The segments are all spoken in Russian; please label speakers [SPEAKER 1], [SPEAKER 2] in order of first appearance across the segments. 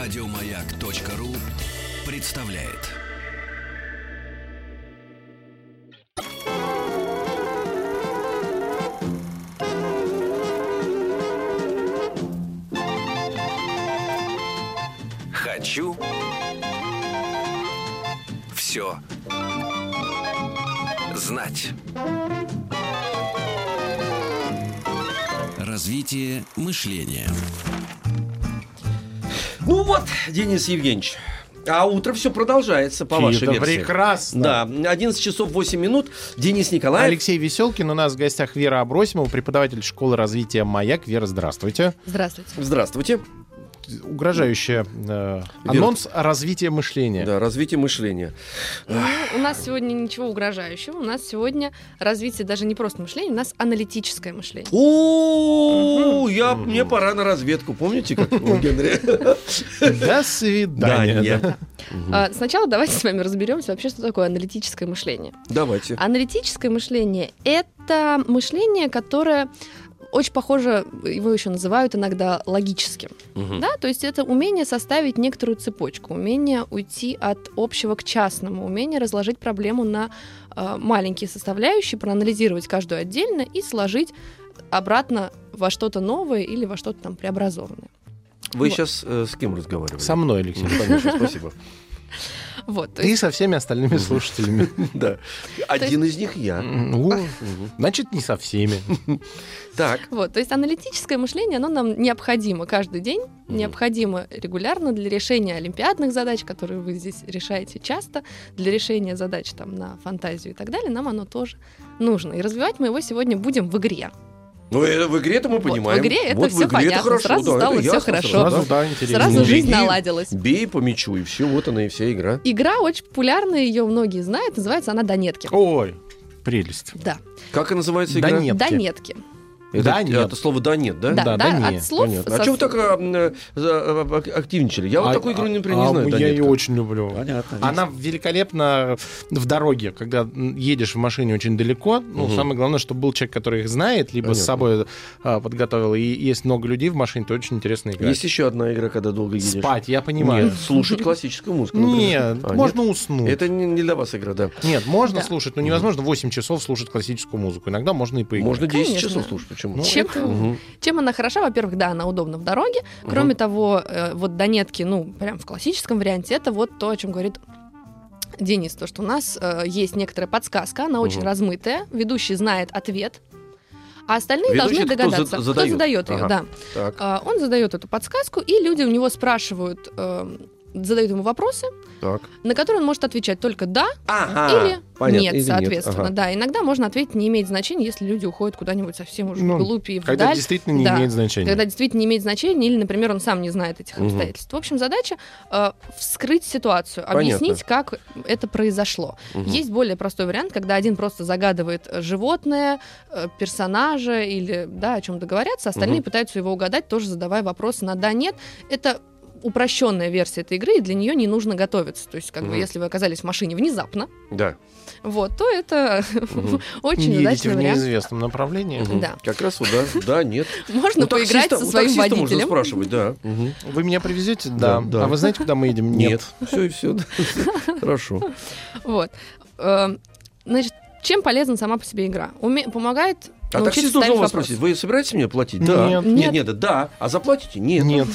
[SPEAKER 1] Радиомаяк.ру представляет. Хочу все знать. Развитие мышления.
[SPEAKER 2] Ну вот, Денис Евгеньевич. А утро все продолжается, по вашей
[SPEAKER 3] Это
[SPEAKER 2] версии.
[SPEAKER 3] прекрасно.
[SPEAKER 2] Да, 11 часов 8 минут. Денис Николаев.
[SPEAKER 3] Алексей Веселкин, у нас в гостях Вера Абросимова, преподаватель школы развития «Маяк». Вера, здравствуйте.
[SPEAKER 4] Здравствуйте.
[SPEAKER 2] Здравствуйте.
[SPEAKER 3] Угрожающий э, анонс развития мышления.
[SPEAKER 2] Да, развитие мышления.
[SPEAKER 4] Ну, у нас сегодня ничего угрожающего. У нас сегодня развитие даже не просто мышления, у нас аналитическое мышление.
[SPEAKER 2] О, я, мне пора на разведку. Помните, как у Генри?
[SPEAKER 3] До свидания.
[SPEAKER 2] Дания.
[SPEAKER 3] Да.
[SPEAKER 4] А, сначала давайте с вами разберемся вообще, что такое аналитическое мышление.
[SPEAKER 2] Давайте.
[SPEAKER 4] Аналитическое мышление — это мышление, которое очень похоже, его еще называют иногда логическим.
[SPEAKER 2] Мгм.
[SPEAKER 4] а, Да, то есть это умение составить некоторую цепочку, умение уйти от общего к частному, умение разложить проблему на э, маленькие составляющие, проанализировать каждую отдельно и сложить обратно во что-то новое или во что-то там преобразованное.
[SPEAKER 2] Вы
[SPEAKER 4] Вот.
[SPEAKER 2] сейчас с кем разговаривали?
[SPEAKER 3] Со мной, Алексей.
[SPEAKER 2] Ну, Конечно, спасибо.
[SPEAKER 4] Вот, то
[SPEAKER 3] И
[SPEAKER 4] есть,
[SPEAKER 3] со всеми остальными слушателями.
[SPEAKER 2] Да. Один из них я.
[SPEAKER 3] Ну, Значит, не со всеми.
[SPEAKER 2] Так.
[SPEAKER 4] вот, то есть аналитическое мышление, оно нам необходимо каждый день,
[SPEAKER 2] Мгм.
[SPEAKER 4] необходимо регулярно для решения олимпиадных задач, которые вы здесь решаете часто, для решения задач там на фантазию и так далее, нам оно тоже нужно. И развивать мы его сегодня будем в игре.
[SPEAKER 2] Ну, это в игре-то мы
[SPEAKER 4] Вот,
[SPEAKER 2] понимаем.
[SPEAKER 4] в игре это
[SPEAKER 2] Вот в игре
[SPEAKER 4] всё
[SPEAKER 2] это
[SPEAKER 4] понятно,
[SPEAKER 2] хорошо,
[SPEAKER 4] сразу
[SPEAKER 2] да, это
[SPEAKER 4] стало всё
[SPEAKER 2] ясно
[SPEAKER 4] хорошо.
[SPEAKER 3] Сразу,
[SPEAKER 2] да.
[SPEAKER 3] да, интересно.
[SPEAKER 4] Сразу
[SPEAKER 2] Ну,
[SPEAKER 4] жизнь
[SPEAKER 2] беги.
[SPEAKER 4] наладилась.
[SPEAKER 2] Бей по мячу, и все, вот она и вся игра.
[SPEAKER 4] Игра очень популярная, ее многие знают, называется она «Донетки».
[SPEAKER 3] Ой, прелесть.
[SPEAKER 4] Да,
[SPEAKER 2] Как и называется игра?
[SPEAKER 3] Да нет.
[SPEAKER 4] «Донетки».
[SPEAKER 2] Это,
[SPEAKER 3] Да нет.
[SPEAKER 2] это слово «да нет», да?
[SPEAKER 4] Да,
[SPEAKER 3] Да,
[SPEAKER 4] да,
[SPEAKER 3] да не,
[SPEAKER 4] от слов.
[SPEAKER 2] Понятно.
[SPEAKER 4] со-
[SPEAKER 2] А что вы так а, м, э, за- а, ак- активничали? Я вот
[SPEAKER 3] А-
[SPEAKER 2] такую игру, например,
[SPEAKER 3] а
[SPEAKER 2] не знаю.
[SPEAKER 3] Я
[SPEAKER 2] да
[SPEAKER 3] ее
[SPEAKER 2] нет.
[SPEAKER 3] очень люблю.
[SPEAKER 2] Понятно.
[SPEAKER 3] Она великолепна в дороге, когда м, едешь в машине очень далеко. Ну,
[SPEAKER 2] Мгм.
[SPEAKER 3] самое главное, чтобы был человек, который их знает, либо
[SPEAKER 2] Понятно.
[SPEAKER 3] с собой а, подготовил. И есть много людей в машине, то очень интересно играть.
[SPEAKER 2] Есть еще одна игра, когда долго едешь.
[SPEAKER 3] Спать, я понимаю. Ну,
[SPEAKER 2] Нет, слушать классическую музыку. например.
[SPEAKER 3] Нет,
[SPEAKER 2] А,
[SPEAKER 3] можно
[SPEAKER 2] нет?
[SPEAKER 3] уснуть.
[SPEAKER 2] Это не, не для вас игра, да.
[SPEAKER 3] Нет, можно
[SPEAKER 4] Да.
[SPEAKER 3] слушать, но невозможно 8 часов слушать классическую музыку. Иногда можно и поиграть.
[SPEAKER 2] Можно 10
[SPEAKER 4] Конечно.
[SPEAKER 2] часов слушать. Почему?
[SPEAKER 3] Ну,
[SPEAKER 4] Чем,
[SPEAKER 3] это-
[SPEAKER 2] Мгм.
[SPEAKER 4] чем она хороша? Во-первых, да, она удобна в дороге. Кроме того, э, вот «Донетки», ну, прям в классическом варианте, это вот то, о чем говорит Денис, то, что у нас э, есть некоторая подсказка, она очень
[SPEAKER 2] Мгм.
[SPEAKER 4] размытая, ведущий знает ответ, а остальные
[SPEAKER 2] Ведущий
[SPEAKER 4] должны
[SPEAKER 2] это кто
[SPEAKER 4] догадаться,
[SPEAKER 2] за- задает?
[SPEAKER 4] ее,
[SPEAKER 2] Ага.
[SPEAKER 4] да.
[SPEAKER 2] Так,
[SPEAKER 4] А, Он задает эту подсказку, и люди у него спрашивают, эм, задают ему вопросы,
[SPEAKER 2] так.
[SPEAKER 4] на которые он может отвечать только «да»
[SPEAKER 2] Ага,
[SPEAKER 4] или
[SPEAKER 2] А, понятно,
[SPEAKER 4] «нет»,
[SPEAKER 2] или
[SPEAKER 4] соответственно.
[SPEAKER 2] Ага.
[SPEAKER 4] Да, иногда можно ответить «не имеет значения», если люди уходят куда-нибудь совсем уже
[SPEAKER 3] Ну,
[SPEAKER 4] вглубь и
[SPEAKER 3] Когда
[SPEAKER 4] вдаль.
[SPEAKER 3] действительно не
[SPEAKER 4] да.
[SPEAKER 3] имеет значения.
[SPEAKER 4] Когда действительно не имеет значения, или, например, он сам не знает этих
[SPEAKER 2] Мгм.
[SPEAKER 4] обстоятельств. В общем, задача э, вскрыть ситуацию,
[SPEAKER 2] Понятно.
[SPEAKER 4] объяснить, как это произошло.
[SPEAKER 2] Мгм.
[SPEAKER 4] Есть более простой вариант, когда один просто загадывает э, животное, э, персонажа или да, о чем договорятся, остальные
[SPEAKER 2] Мгм.
[SPEAKER 4] пытаются его угадать, тоже задавая вопросы на да-нет. Это упрощенная версия этой игры, и для нее не нужно готовиться. То есть, как бы,
[SPEAKER 2] Мгм.
[SPEAKER 4] если вы оказались в машине внезапно,
[SPEAKER 2] Да.
[SPEAKER 4] вот, то это
[SPEAKER 2] Мгм.
[SPEAKER 4] очень
[SPEAKER 3] Едете
[SPEAKER 4] удачный
[SPEAKER 3] в
[SPEAKER 4] вариант.
[SPEAKER 3] неизвестном направлении.
[SPEAKER 2] Мгм.
[SPEAKER 4] Да.
[SPEAKER 2] Как раз вот, да, да, нет.
[SPEAKER 4] Можно
[SPEAKER 2] Ну,
[SPEAKER 4] поиграть
[SPEAKER 2] таксиста-
[SPEAKER 4] со
[SPEAKER 2] у
[SPEAKER 4] своим
[SPEAKER 2] таксиста можно
[SPEAKER 4] водителем.
[SPEAKER 2] спрашивать, да. Мгм.
[SPEAKER 3] Вы меня привезете?
[SPEAKER 2] Да,
[SPEAKER 3] Да.
[SPEAKER 2] да.
[SPEAKER 3] А вы знаете, куда мы едем?
[SPEAKER 2] Все и все. Хорошо.
[SPEAKER 4] Вот. Э, Значит, чем полезна сама по себе игра? Уме- Помогает
[SPEAKER 2] А
[SPEAKER 4] научиться
[SPEAKER 2] таксист должен
[SPEAKER 4] ставить
[SPEAKER 2] вас
[SPEAKER 4] вопросы.
[SPEAKER 2] спросить, вы собираетесь мне платить? Да.
[SPEAKER 3] Нет.
[SPEAKER 2] Нет,
[SPEAKER 4] Нет.
[SPEAKER 2] нет, да. А заплатите? Нет.
[SPEAKER 3] Нет.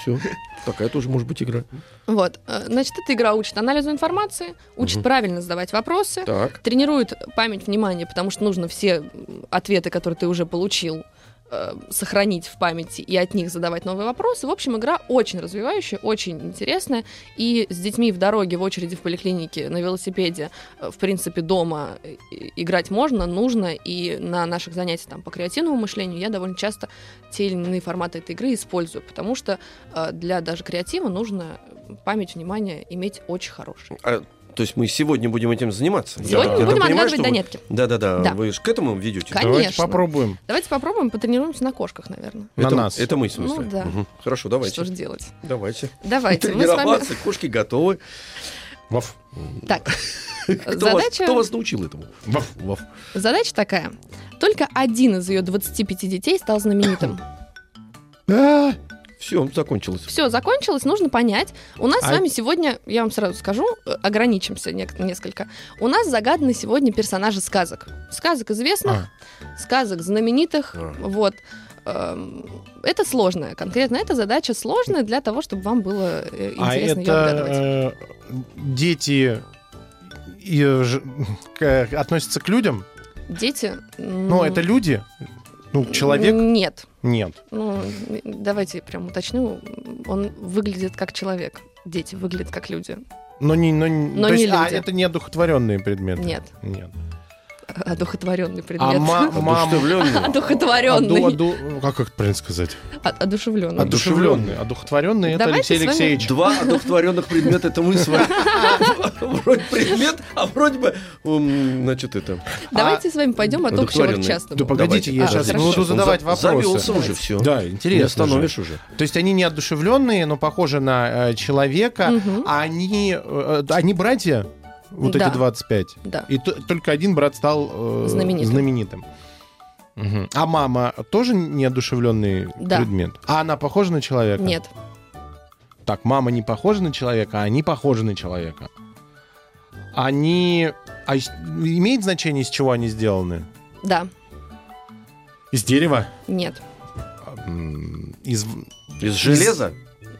[SPEAKER 2] Все. Такая тоже может быть игра.
[SPEAKER 4] Вот. Э, Значит, эта игра учит анализу информации, учит
[SPEAKER 2] Мгм.
[SPEAKER 4] правильно задавать вопросы,
[SPEAKER 2] Так.
[SPEAKER 4] тренирует память внимания, потому что нужно все м, ответы, которые ты уже получил, э, сохранить в памяти и от них задавать новые вопросы. В общем, игра очень развивающая, очень интересная. И с детьми в дороге, в очереди в поликлинике, на велосипеде, э, в принципе, дома э, и- играть можно, нужно. И на наших занятиях там, по креативному мышлению я довольно часто те или иные форматы этой игры использую, потому что э, для даже креатива нужно память внимания иметь очень хорошую.
[SPEAKER 2] А, То есть мы сегодня будем этим заниматься?
[SPEAKER 4] Сегодня
[SPEAKER 3] Да.
[SPEAKER 4] мы
[SPEAKER 3] Я
[SPEAKER 4] будем отгадывать донетки.
[SPEAKER 2] Да-да-да,
[SPEAKER 4] Да.
[SPEAKER 2] вы же к этому ведете?
[SPEAKER 4] Конечно.
[SPEAKER 3] Давайте попробуем.
[SPEAKER 4] Давайте попробуем, потренируемся на кошках, наверное.
[SPEAKER 3] На
[SPEAKER 2] это,
[SPEAKER 3] нас.
[SPEAKER 2] Это мы, в смысле?
[SPEAKER 4] Ну да.
[SPEAKER 2] Мгм. Хорошо, давайте.
[SPEAKER 4] Что же делать?
[SPEAKER 2] Давайте.
[SPEAKER 4] Давайте, мы с вами...
[SPEAKER 2] Тренироваться, кошки готовы.
[SPEAKER 3] Вов.
[SPEAKER 4] Так,
[SPEAKER 2] Кто, вас,
[SPEAKER 4] задача,
[SPEAKER 2] кто вас научил этому?
[SPEAKER 3] Вов.
[SPEAKER 2] Вов.
[SPEAKER 4] задача такая. Только один из ее 25 детей стал знаменитым.
[SPEAKER 3] А,
[SPEAKER 2] Все, закончилось.
[SPEAKER 4] Все, закончилось, нужно понять. У нас
[SPEAKER 3] А-
[SPEAKER 4] с вами сегодня, я вам сразу скажу, э, ограничимся нек- несколько. У нас загаданы сегодня персонажи сказок. Сказок известных, сказок знаменитых.
[SPEAKER 2] А.
[SPEAKER 4] Вот. Эм, Это сложная, конкретно эта задача сложная для того, чтобы вам было э,
[SPEAKER 3] А
[SPEAKER 4] интересно ее отгадывать.
[SPEAKER 3] это э, дети и, э, ж- к- относятся к людям?
[SPEAKER 4] Дети...
[SPEAKER 3] Ну, это люди? Ну, человек?
[SPEAKER 4] Нет.
[SPEAKER 3] Нет.
[SPEAKER 4] Ну, н- давайте прям уточню. Он выглядит как человек. Дети выглядят как люди.
[SPEAKER 3] Но не, но, не-
[SPEAKER 4] Но
[SPEAKER 3] то есть,
[SPEAKER 4] не
[SPEAKER 3] а,
[SPEAKER 4] люди.
[SPEAKER 3] это не одухотворенные предметы?
[SPEAKER 4] Нет.
[SPEAKER 3] Нет.
[SPEAKER 4] Одухотворенный предмет.
[SPEAKER 3] А ма- мама...
[SPEAKER 2] Одушевлённый.
[SPEAKER 3] А
[SPEAKER 4] Одухотворенный.
[SPEAKER 3] Аду- аду- а Как их правильно сказать?
[SPEAKER 4] О- Одушевленный.
[SPEAKER 2] Одушевленные.
[SPEAKER 3] Одушевленные. Одухотворенные это
[SPEAKER 4] Давайте
[SPEAKER 3] Алексей
[SPEAKER 4] с вами-
[SPEAKER 3] Алексеевич.
[SPEAKER 2] Два одухотворенных предмета, это мы с вами. Вроде предмет, а вроде бы, м, значит, это...
[SPEAKER 4] Давайте с вами пойдем а от общего к
[SPEAKER 2] Одухотворенный.
[SPEAKER 4] частному.
[SPEAKER 3] А, Да погодите, я
[SPEAKER 4] А,
[SPEAKER 3] сейчас
[SPEAKER 4] хорошо.
[SPEAKER 3] буду задавать
[SPEAKER 2] Он за- Завелся
[SPEAKER 3] вопросы.
[SPEAKER 2] уже, все.
[SPEAKER 3] Да,
[SPEAKER 2] Не
[SPEAKER 3] интересно. же.
[SPEAKER 2] остановишь уже.
[SPEAKER 3] То есть они не одушевленные, но похожи на э, человека.
[SPEAKER 4] Мгм.
[SPEAKER 3] А они, э, э, они братья, вот
[SPEAKER 4] Да.
[SPEAKER 3] эти 25.
[SPEAKER 4] Да.
[SPEAKER 3] И то- только один брат стал э,
[SPEAKER 4] Знаменитым.
[SPEAKER 3] знаменитым. Мгм. А мама тоже неодушевленный
[SPEAKER 4] Да.
[SPEAKER 3] предмет? А она похожа на человека?
[SPEAKER 4] Нет.
[SPEAKER 3] Так, мама не похожа на человека, а они похожи на человека. Они... А из- имеет значение, из чего они сделаны?
[SPEAKER 4] Да.
[SPEAKER 3] Из дерева?
[SPEAKER 4] Нет.
[SPEAKER 3] Из,
[SPEAKER 2] Из Типа железа?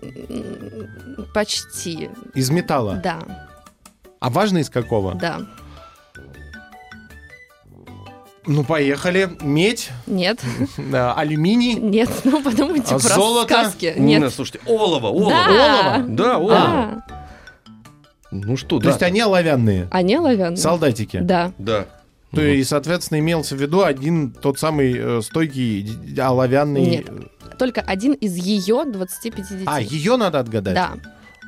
[SPEAKER 4] М, Почти.
[SPEAKER 3] из металла.
[SPEAKER 4] Да.
[SPEAKER 3] А важно, из какого?
[SPEAKER 4] Да.
[SPEAKER 3] Ну, поехали. Медь,
[SPEAKER 4] Нет.
[SPEAKER 3] э, алюминий.
[SPEAKER 4] Нет. Ну, подумайте
[SPEAKER 3] А
[SPEAKER 4] про
[SPEAKER 3] золото?
[SPEAKER 4] сказки.
[SPEAKER 2] Не,
[SPEAKER 4] Нет.
[SPEAKER 2] Ну, слушайте, олово, олово.
[SPEAKER 4] Да. А.
[SPEAKER 2] Да, олово.
[SPEAKER 4] Да.
[SPEAKER 2] Ну что,
[SPEAKER 3] То
[SPEAKER 2] да.
[SPEAKER 3] есть они оловянные.
[SPEAKER 4] Они оловянные?
[SPEAKER 3] Солдатики.
[SPEAKER 4] а Да.
[SPEAKER 2] Да.
[SPEAKER 3] То и, соответственно, имелся в виду один тот самый э, стойкий д- оловянный...
[SPEAKER 4] Нет. Только один из ее 25 детей.
[SPEAKER 3] А, ее надо отгадать?
[SPEAKER 4] Да.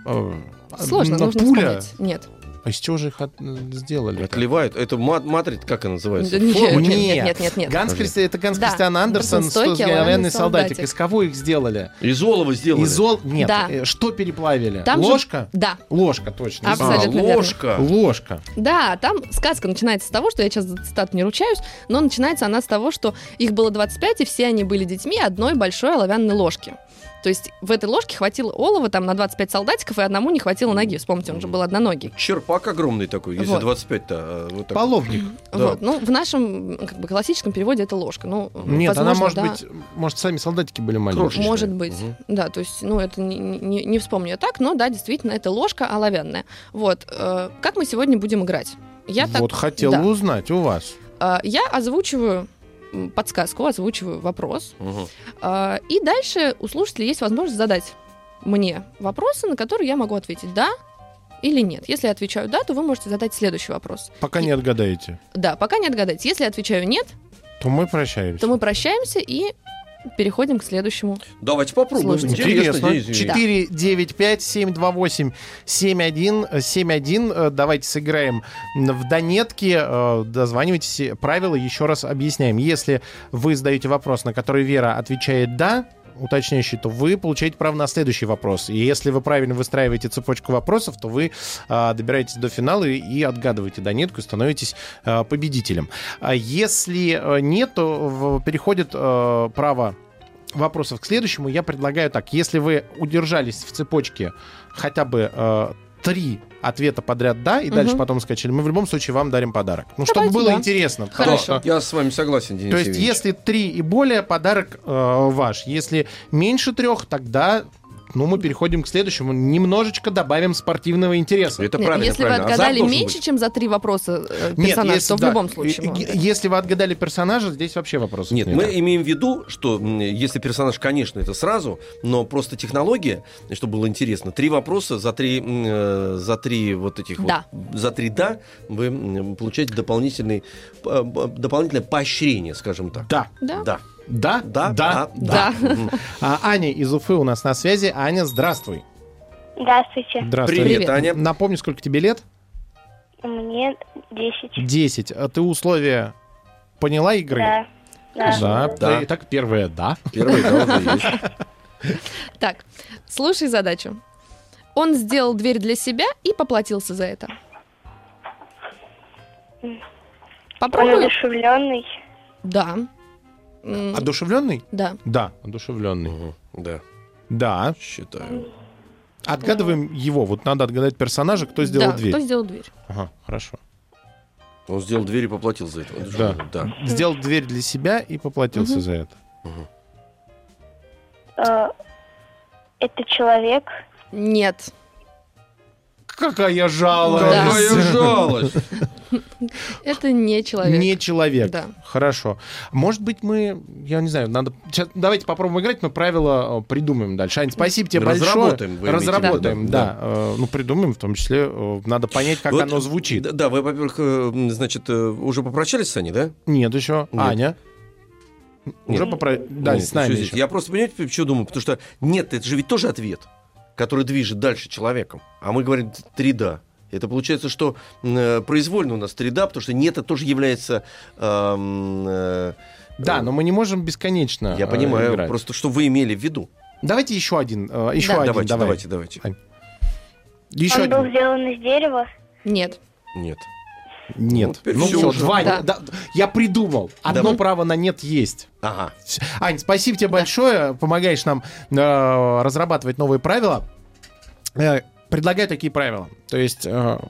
[SPEAKER 3] Э,
[SPEAKER 4] Сложно,
[SPEAKER 3] но
[SPEAKER 4] нужно
[SPEAKER 3] пуля...
[SPEAKER 4] вспомнить. Нет.
[SPEAKER 3] А из чего же их от- сделали?
[SPEAKER 2] Отливают. Это ма- матрит, как она называется?
[SPEAKER 4] Да не-
[SPEAKER 2] Форма?
[SPEAKER 4] нет, нет, нет, нет, нет.
[SPEAKER 3] Ганс Христи- это Ганс
[SPEAKER 4] Да.
[SPEAKER 3] Кристиан Андерсон,
[SPEAKER 4] Андерсон, стойкий
[SPEAKER 3] стойкий оловянный
[SPEAKER 4] оловянный
[SPEAKER 3] солдатик.
[SPEAKER 4] солдатик.
[SPEAKER 3] Из кого их сделали?
[SPEAKER 2] Из олова сделали.
[SPEAKER 3] Из ол... Нет,
[SPEAKER 4] Да.
[SPEAKER 3] э, что переплавили?
[SPEAKER 4] Там же-
[SPEAKER 3] Ложка?
[SPEAKER 4] Да.
[SPEAKER 3] Ложка, точно.
[SPEAKER 2] А,
[SPEAKER 4] Абсолютно верно.
[SPEAKER 2] ложка.
[SPEAKER 3] Ложка.
[SPEAKER 4] Да, там сказка начинается с того, что я сейчас за цитату не ручаюсь, но начинается она с того, что их было 25, и все они были детьми одной большой оловянной ложки. То есть в этой ложке хватило олова там на 25 солдатиков, и одному не хватило ноги. Вспомните, он же был одноногий.
[SPEAKER 2] Черпак огромный такой, если
[SPEAKER 4] Вот.
[SPEAKER 2] 25-то. э, вот так.
[SPEAKER 3] Половник.
[SPEAKER 2] Да.
[SPEAKER 4] Вот. Ну, в нашем м, как бы, классическом переводе это ложка. Ну,
[SPEAKER 3] Нет,
[SPEAKER 4] возможно,
[SPEAKER 3] она может
[SPEAKER 4] да.
[SPEAKER 3] быть... Может, сами солдатики были маленькие.
[SPEAKER 2] Крошечная.
[SPEAKER 4] Может быть,
[SPEAKER 2] Мгм.
[SPEAKER 4] да, то есть, ну, это не, не- не вспомню я так, но да, действительно, это ложка оловянная. Вот, э, как мы сегодня будем играть? Я так-
[SPEAKER 3] вот хотел
[SPEAKER 4] да.
[SPEAKER 3] узнать у вас.
[SPEAKER 4] Э, Я озвучиваю м, подсказку, озвучиваю вопрос.
[SPEAKER 2] Мгм.
[SPEAKER 4] Э, И дальше у слушателей есть возможность задать мне вопросы, на которые я могу ответить да или нет. Если я отвечаю да, то вы можете задать следующий вопрос.
[SPEAKER 3] Пока не отгадаете,
[SPEAKER 4] Да, пока не отгадайте. Если я отвечаю нет,
[SPEAKER 3] то мы прощаемся.
[SPEAKER 4] то мы прощаемся и переходим к следующему.
[SPEAKER 2] Давайте попробуем.
[SPEAKER 4] Слушайте.
[SPEAKER 2] Интересно.
[SPEAKER 3] Интересно.
[SPEAKER 2] здесь-
[SPEAKER 3] 4 9 5 7 2 8 7 1 э, 7 1. Э, Давайте сыграем в Донетке. Э, Дозванивайтесь. Э, Правила еще раз объясняем. Если вы задаете вопрос, на который Вера отвечает «да», уточняющий, то вы получаете право на следующий вопрос. И если вы правильно выстраиваете цепочку вопросов, то вы а, добираетесь до финала и, и отгадываете донетку, и становитесь а, победителем. А если э, нет, то в- переходит э, право вопросов к следующему. Я предлагаю так. Если вы удержались в цепочке хотя бы э, три ответа подряд «да», и
[SPEAKER 4] Мгм.
[SPEAKER 3] дальше потом скачали, мы в любом случае вам дарим подарок. Ну, чтобы
[SPEAKER 4] Давайте
[SPEAKER 3] было
[SPEAKER 4] «да».
[SPEAKER 3] интересно.
[SPEAKER 2] Да,
[SPEAKER 3] потому
[SPEAKER 4] Хорошо.
[SPEAKER 3] что-
[SPEAKER 2] Я с вами согласен, Денис
[SPEAKER 3] то есть,
[SPEAKER 2] Евгеньевич.
[SPEAKER 3] если три и более, подарок э, ваш. Если меньше трех, тогда ну, мы переходим к следующему. Немножечко добавим спортивного интереса.
[SPEAKER 2] Это правильно,
[SPEAKER 4] Если
[SPEAKER 2] правильно.
[SPEAKER 4] вы отгадали
[SPEAKER 2] Азарт должен
[SPEAKER 4] меньше,
[SPEAKER 2] быть.
[SPEAKER 4] чем за три вопроса э,
[SPEAKER 3] Нет,
[SPEAKER 4] персонажа,
[SPEAKER 3] если-
[SPEAKER 4] то в
[SPEAKER 3] да,
[SPEAKER 4] любом
[SPEAKER 3] э,
[SPEAKER 4] случае.
[SPEAKER 3] э,
[SPEAKER 4] можно.
[SPEAKER 3] Если вы отгадали персонажа, здесь вообще вопросов
[SPEAKER 2] Нет,
[SPEAKER 3] нет.
[SPEAKER 2] мы имеем в виду, что м, если персонаж, конечно, это сразу, но просто технология, и чтобы было интересно, три вопроса за три, м, э, за три вот этих
[SPEAKER 4] Да.
[SPEAKER 2] вот, за три да, вы м, получаете дополнительный, э, б- дополнительное поощрение, скажем так.
[SPEAKER 3] Да,
[SPEAKER 4] Да?
[SPEAKER 2] Да,
[SPEAKER 3] да,
[SPEAKER 2] да,
[SPEAKER 3] да.
[SPEAKER 2] да,
[SPEAKER 4] Да.
[SPEAKER 2] Мгм.
[SPEAKER 3] А Аня из Уфы у нас на связи. Аня, здравствуй.
[SPEAKER 5] Здравствуйте.
[SPEAKER 3] Здравствуй.
[SPEAKER 2] Привет,
[SPEAKER 4] Привет.
[SPEAKER 2] Аня.
[SPEAKER 3] Напомню, сколько тебе лет?
[SPEAKER 5] Мне 10.
[SPEAKER 3] 10. А ты условия поняла игры?
[SPEAKER 5] Да. Да.
[SPEAKER 3] Да.
[SPEAKER 2] Да.
[SPEAKER 3] Итак, первое «да».
[SPEAKER 2] Первый да, уже есть.
[SPEAKER 4] Так, слушай задачу. Он сделал дверь для себя и поплатился за это.
[SPEAKER 5] Он
[SPEAKER 4] Попробуй.
[SPEAKER 5] одушевленный.
[SPEAKER 4] Да. М,
[SPEAKER 3] Одушевленный?
[SPEAKER 4] Да.
[SPEAKER 3] Да, одушевленный.
[SPEAKER 2] Мгм, Да.
[SPEAKER 3] Да.
[SPEAKER 2] Считаю.
[SPEAKER 3] Отгадываем его. Вот надо отгадать персонажа, кто сделал
[SPEAKER 4] Ну. да,
[SPEAKER 3] дверь.
[SPEAKER 4] кто сделал дверь.
[SPEAKER 3] Ага, хорошо.
[SPEAKER 2] Он сделал дверь и поплатил за это. Вот же,
[SPEAKER 3] Да.
[SPEAKER 2] да.
[SPEAKER 3] Сделал дверь для себя и поплатился
[SPEAKER 4] Мгм.
[SPEAKER 3] за это.
[SPEAKER 5] Э, Это человек.
[SPEAKER 4] Нет.
[SPEAKER 3] Какая жалость!
[SPEAKER 4] Да.
[SPEAKER 2] Какая жалость!
[SPEAKER 4] Это не человек.
[SPEAKER 3] Не человек.
[SPEAKER 4] Да.
[SPEAKER 3] Хорошо. Может быть, мы, я не знаю, надо. Сейчас давайте попробуем играть, мы правила э, придумаем дальше. Ань, спасибо тебе
[SPEAKER 2] Разработаем, вы имеете
[SPEAKER 3] большое.
[SPEAKER 2] в виду,
[SPEAKER 3] Разработаем,
[SPEAKER 2] да.
[SPEAKER 3] да. Э, ну, придумаем, в том числе. э, надо понять, как
[SPEAKER 2] Вот,
[SPEAKER 3] оно звучит.
[SPEAKER 2] Да, да, вы, во-первых, э, значит, э, уже попрощались с Аней, да?
[SPEAKER 3] Нет, еще.
[SPEAKER 2] Нет.
[SPEAKER 3] Аня. Уже
[SPEAKER 2] Нет.
[SPEAKER 3] попро... Да,
[SPEAKER 2] Нет,
[SPEAKER 3] с нами.
[SPEAKER 2] что Ну, здесь?
[SPEAKER 3] еще.
[SPEAKER 2] Я просто, понимаете, что думаю? Потому что нет, это же ведь тоже ответ, который движет дальше человеком. А мы говорим три да. Это получается, что м, э, произвольно у нас три да, потому что нет, это тоже является... эм, э,
[SPEAKER 3] Да, ну, но мы не можем бесконечно.
[SPEAKER 2] Я
[SPEAKER 3] э,
[SPEAKER 2] понимаю,
[SPEAKER 3] играть.
[SPEAKER 2] просто что вы имели в виду.
[SPEAKER 3] Давайте еще один. э, Еще
[SPEAKER 4] Да.
[SPEAKER 3] один.
[SPEAKER 2] давайте,
[SPEAKER 3] давай.
[SPEAKER 2] давайте, давайте.
[SPEAKER 3] Еще
[SPEAKER 5] Он был
[SPEAKER 3] один.
[SPEAKER 5] сделан из дерева.
[SPEAKER 4] Нет.
[SPEAKER 2] Нет. Ну,
[SPEAKER 3] Нет.
[SPEAKER 2] теперь
[SPEAKER 3] Ну
[SPEAKER 2] всё
[SPEAKER 3] все,
[SPEAKER 2] уже.
[SPEAKER 3] два.
[SPEAKER 4] Да.
[SPEAKER 3] да, Я придумал. Одно
[SPEAKER 2] Давай.
[SPEAKER 3] право на нет есть.
[SPEAKER 2] Ага.
[SPEAKER 3] Всё. Ань, спасибо тебе большое. Помогаешь нам э, разрабатывать новые правила. Э, предлагаю такие правила. То есть... э,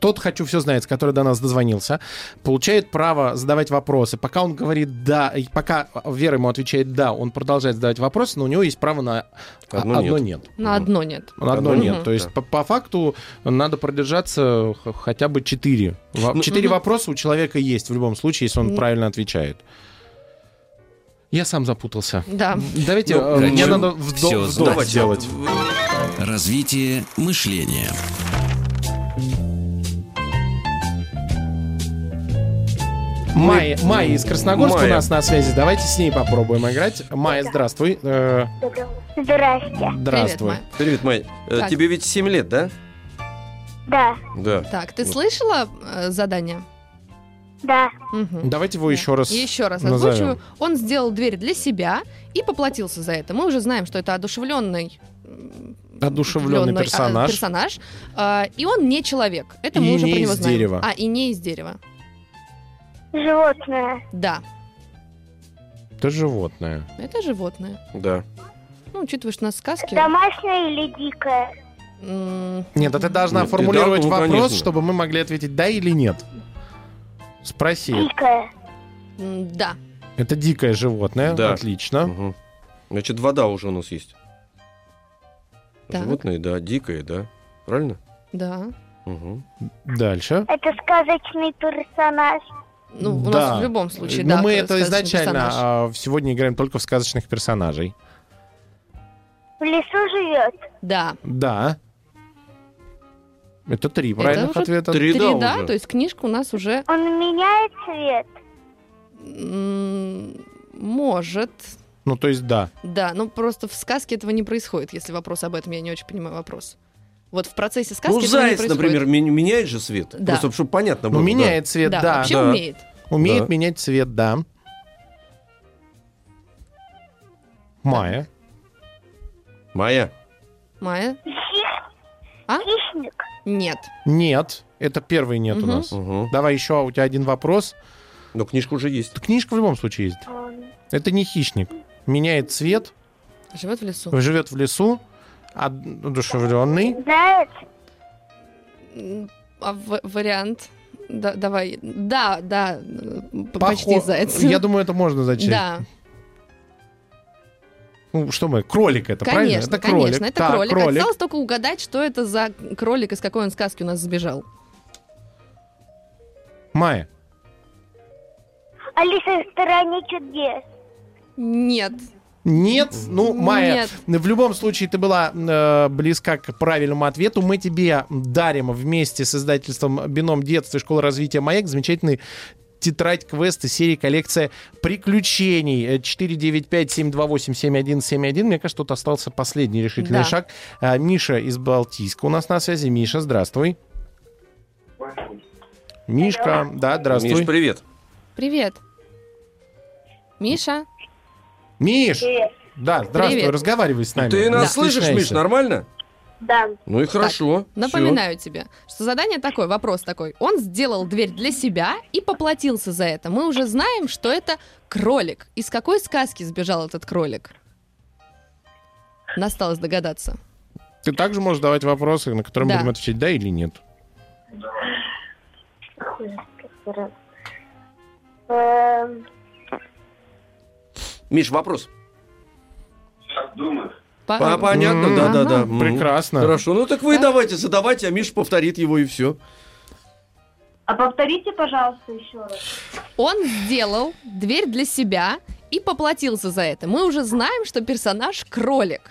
[SPEAKER 3] тот «Хочу все знать», который до нас дозвонился, получает право задавать вопросы. Пока он говорит «да», и пока Вера ему отвечает «да», он продолжает задавать вопросы, но у него есть право на «а,
[SPEAKER 2] Одно
[SPEAKER 3] одно
[SPEAKER 2] нет.
[SPEAKER 3] «нет».
[SPEAKER 4] На одно нет.
[SPEAKER 3] На одно
[SPEAKER 2] Одно
[SPEAKER 3] нет.
[SPEAKER 4] нет,
[SPEAKER 3] То есть
[SPEAKER 2] да.
[SPEAKER 3] по, по факту надо продержаться х- хотя бы четыре. Во-
[SPEAKER 2] Ну,
[SPEAKER 3] Четыре
[SPEAKER 4] мгм.
[SPEAKER 3] вопроса у человека есть в любом случае, если он
[SPEAKER 4] Мгм.
[SPEAKER 3] правильно отвечает. Я сам запутался.
[SPEAKER 4] Да.
[SPEAKER 3] Давайте,
[SPEAKER 2] Ну,
[SPEAKER 3] э, мне
[SPEAKER 1] хочу
[SPEAKER 3] надо вдо-
[SPEAKER 1] всё
[SPEAKER 3] вдох
[SPEAKER 1] знать.
[SPEAKER 3] сделать.
[SPEAKER 1] Развитие мышления.
[SPEAKER 3] Майя, Майя из Красногорска
[SPEAKER 2] Ну, Майя.
[SPEAKER 3] у нас на связи. Давайте с ней попробуем играть. Майя, здравствуй. Э,
[SPEAKER 5] Здрасте.
[SPEAKER 3] Здравствуй.
[SPEAKER 4] Привет,
[SPEAKER 2] Привет, Майя. Э,
[SPEAKER 4] Так.
[SPEAKER 2] Тебе ведь 7 лет, да?
[SPEAKER 5] Да,
[SPEAKER 2] Да.
[SPEAKER 4] Майя. Так, ты слышала э, задание?
[SPEAKER 5] да.
[SPEAKER 4] Мгм.
[SPEAKER 3] Давайте его
[SPEAKER 4] Да.
[SPEAKER 3] еще раз.
[SPEAKER 4] Еще раз
[SPEAKER 3] назовем.
[SPEAKER 4] озвучиваю. Он сделал дверь для себя и поплатился за это. Мы уже знаем, что это одушевленный м,
[SPEAKER 3] Одушевленный
[SPEAKER 4] а,
[SPEAKER 3] персонаж.
[SPEAKER 4] персонаж. А, и он не человек. Это
[SPEAKER 3] И
[SPEAKER 4] мы уже
[SPEAKER 3] не
[SPEAKER 4] про него
[SPEAKER 3] из
[SPEAKER 4] знаем.
[SPEAKER 3] дерева.
[SPEAKER 4] А, и не из дерева.
[SPEAKER 5] Животное.
[SPEAKER 4] Да,
[SPEAKER 3] Это животное.
[SPEAKER 4] это животное.
[SPEAKER 2] Да.
[SPEAKER 4] Ну, учитывая, что у нас сказки...
[SPEAKER 5] Домашнее или дикое?
[SPEAKER 4] м,
[SPEAKER 3] Нет, а ты должна
[SPEAKER 2] Нет, ты
[SPEAKER 3] формулировать
[SPEAKER 2] да, ну,
[SPEAKER 3] вопрос,
[SPEAKER 2] конечно.
[SPEAKER 3] чтобы мы могли ответить да или нет. Спроси.
[SPEAKER 5] Дикое.
[SPEAKER 4] м, Да.
[SPEAKER 3] Это дикое животное.
[SPEAKER 2] Да.
[SPEAKER 3] Отлично.
[SPEAKER 2] Мгм. Значит, вода уже у нас есть.
[SPEAKER 4] Так.
[SPEAKER 2] Животное, да, дикое, да. Правильно?
[SPEAKER 4] Да.
[SPEAKER 2] Угу.
[SPEAKER 3] Дальше.
[SPEAKER 5] Это сказочный персонаж.
[SPEAKER 4] Ну, у
[SPEAKER 3] Да.
[SPEAKER 4] нас в любом случае,
[SPEAKER 3] Ну,
[SPEAKER 4] да.
[SPEAKER 3] мы
[SPEAKER 4] к-
[SPEAKER 3] это
[SPEAKER 4] сказочный
[SPEAKER 3] изначально
[SPEAKER 4] персонаж.
[SPEAKER 3] а, сегодня играем только в сказочных персонажей.
[SPEAKER 5] В лесу живет.
[SPEAKER 4] Да.
[SPEAKER 3] Да. Это три правильных
[SPEAKER 4] уже
[SPEAKER 3] ответа.
[SPEAKER 2] три.
[SPEAKER 4] Три,
[SPEAKER 2] да,
[SPEAKER 4] да,
[SPEAKER 2] уже.
[SPEAKER 4] то есть книжка у нас уже
[SPEAKER 5] Он меняет цвет.
[SPEAKER 4] м, может.
[SPEAKER 3] Ну, то есть да.
[SPEAKER 4] Да, но просто в сказке этого не происходит, если вопрос об этом, я не очень понимаю вопрос. Вот в процессе сказки
[SPEAKER 2] ну,
[SPEAKER 4] этого не
[SPEAKER 2] заяц,
[SPEAKER 4] происходит.
[SPEAKER 2] например, мен- меняет же цвет.
[SPEAKER 4] Да.
[SPEAKER 2] Просто, чтобы понятно
[SPEAKER 3] Ну,
[SPEAKER 2] было. да.
[SPEAKER 3] меняет цвет,
[SPEAKER 4] да,
[SPEAKER 3] да.
[SPEAKER 4] вообще
[SPEAKER 2] да.
[SPEAKER 4] умеет.
[SPEAKER 3] Умеет
[SPEAKER 2] Да.
[SPEAKER 3] менять цвет, да. Майя.
[SPEAKER 2] Майя.
[SPEAKER 4] Майя?
[SPEAKER 5] Хи-
[SPEAKER 4] А?
[SPEAKER 5] Хищник.
[SPEAKER 4] Нет.
[SPEAKER 3] Нет. Это первый нет у
[SPEAKER 4] Мгм.
[SPEAKER 3] нас.
[SPEAKER 2] Угу.
[SPEAKER 3] Давай еще а у тебя один вопрос.
[SPEAKER 2] Но книжка уже есть.
[SPEAKER 3] Да Книжка в любом случае есть.
[SPEAKER 5] Он-
[SPEAKER 3] Это не хищник. Меняет цвет,
[SPEAKER 4] Живет в лесу.
[SPEAKER 3] живет в лесу, одушевленный.
[SPEAKER 5] Знает.
[SPEAKER 4] М, А в- вариант? Да, давай. Да, да, м, п- почти
[SPEAKER 3] Похо-
[SPEAKER 4] заяц.
[SPEAKER 3] Я думаю, это можно зачесть.
[SPEAKER 4] Да,
[SPEAKER 3] Ну, что мы? Кролик это, правильно?
[SPEAKER 4] конечно,
[SPEAKER 3] Это кролик.
[SPEAKER 4] конечно, это
[SPEAKER 3] Так,
[SPEAKER 4] кролик. Осталось только угадать, что это за кролик, из какой он сказки у нас сбежал.
[SPEAKER 3] Майя.
[SPEAKER 5] Алиса в стороне а чудес.
[SPEAKER 4] Нет.
[SPEAKER 3] Нет, ну, Майя,
[SPEAKER 4] Нет.
[SPEAKER 3] в любом случае ты была э, близка к правильному ответу. Мы тебе дарим вместе с издательством «Бином детства» и «Школа развития Маяк» замечательный тетрадь квесты серии коллекция приключений Э, 495-728-7171. Мне кажется, тут остался последний решительный
[SPEAKER 4] Да.
[SPEAKER 3] шаг. Э, Миша из Балтийска у нас на связи. Миша, здравствуй. Мишка, да, здравствуй.
[SPEAKER 2] Миш, привет.
[SPEAKER 4] Привет. Миша?
[SPEAKER 3] Миш,
[SPEAKER 5] Привет.
[SPEAKER 3] да, здравствуй,
[SPEAKER 4] Привет.
[SPEAKER 3] разговаривай с нами.
[SPEAKER 2] Ты нас
[SPEAKER 3] Не
[SPEAKER 2] слышишь, Миш,
[SPEAKER 3] стесняйся.
[SPEAKER 2] нормально?
[SPEAKER 5] Да.
[SPEAKER 2] Ну и хорошо. Всё.
[SPEAKER 4] Напоминаю тебе, что задание такое, вопрос такой. Он сделал дверь для себя и поплатился за это. Мы уже знаем, что это кролик. Из какой сказки сбежал этот кролик? Осталось догадаться.
[SPEAKER 3] Ты также можешь давать вопросы, на которые мы
[SPEAKER 4] Да.
[SPEAKER 3] будем отвечать да или нет.
[SPEAKER 5] Эм,
[SPEAKER 2] Миш, вопрос.
[SPEAKER 4] Па-
[SPEAKER 2] А, понятно,
[SPEAKER 3] М,
[SPEAKER 2] да, да, да.
[SPEAKER 4] ага.
[SPEAKER 2] М.
[SPEAKER 3] М-м-м. Прекрасно.
[SPEAKER 2] Хорошо. Ну так вы
[SPEAKER 4] Так.
[SPEAKER 2] давайте задавайте, а Миша повторит его и все.
[SPEAKER 5] А повторите, пожалуйста, еще раз.
[SPEAKER 4] Он сделал дверь для себя и поплатился за это. Мы уже знаем, что персонаж кролик.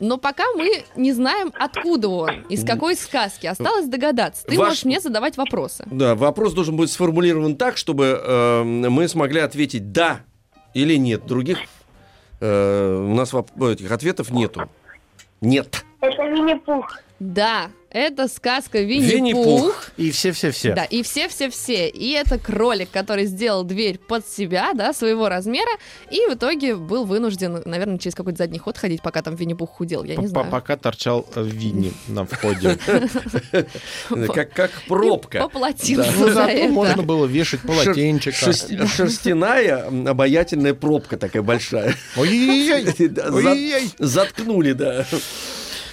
[SPEAKER 4] Но пока мы не знаем, откуда он, из какой сказки. Осталось догадаться. Ты
[SPEAKER 2] Ваш-
[SPEAKER 4] можешь мне задавать вопросы.
[SPEAKER 2] Да, вопрос должен быть сформулирован так, чтобы э, мы смогли ответить да или нет. Других э, у нас воп- этих ответов нету. Нет.
[SPEAKER 5] Это мини-пух.
[SPEAKER 4] Да, это сказка
[SPEAKER 2] Винни-Пух.
[SPEAKER 4] Винни-Пух.
[SPEAKER 3] И все-все-все.
[SPEAKER 4] Да, и все-все-все. И это кролик, который сделал дверь под себя, да, своего размера, и в итоге был вынужден, наверное, через какой-то задний ход ходить, пока там Винни-Пух худел, я не
[SPEAKER 3] П-
[SPEAKER 4] знаю. Ну,
[SPEAKER 3] Пока торчал э, Винни на входе.
[SPEAKER 2] Как, как
[SPEAKER 4] И
[SPEAKER 2] пробка.
[SPEAKER 4] Поплатился
[SPEAKER 3] Ну,
[SPEAKER 4] за
[SPEAKER 3] зато
[SPEAKER 4] это.
[SPEAKER 3] можно было вешать полотенчика.
[SPEAKER 2] Шер- шерсти- шерстяная м, обаятельная пробка такая большая.
[SPEAKER 3] Ой-ой-ой.
[SPEAKER 2] Да,
[SPEAKER 3] Ой-ой-ой.
[SPEAKER 2] зат- Заткнули, да.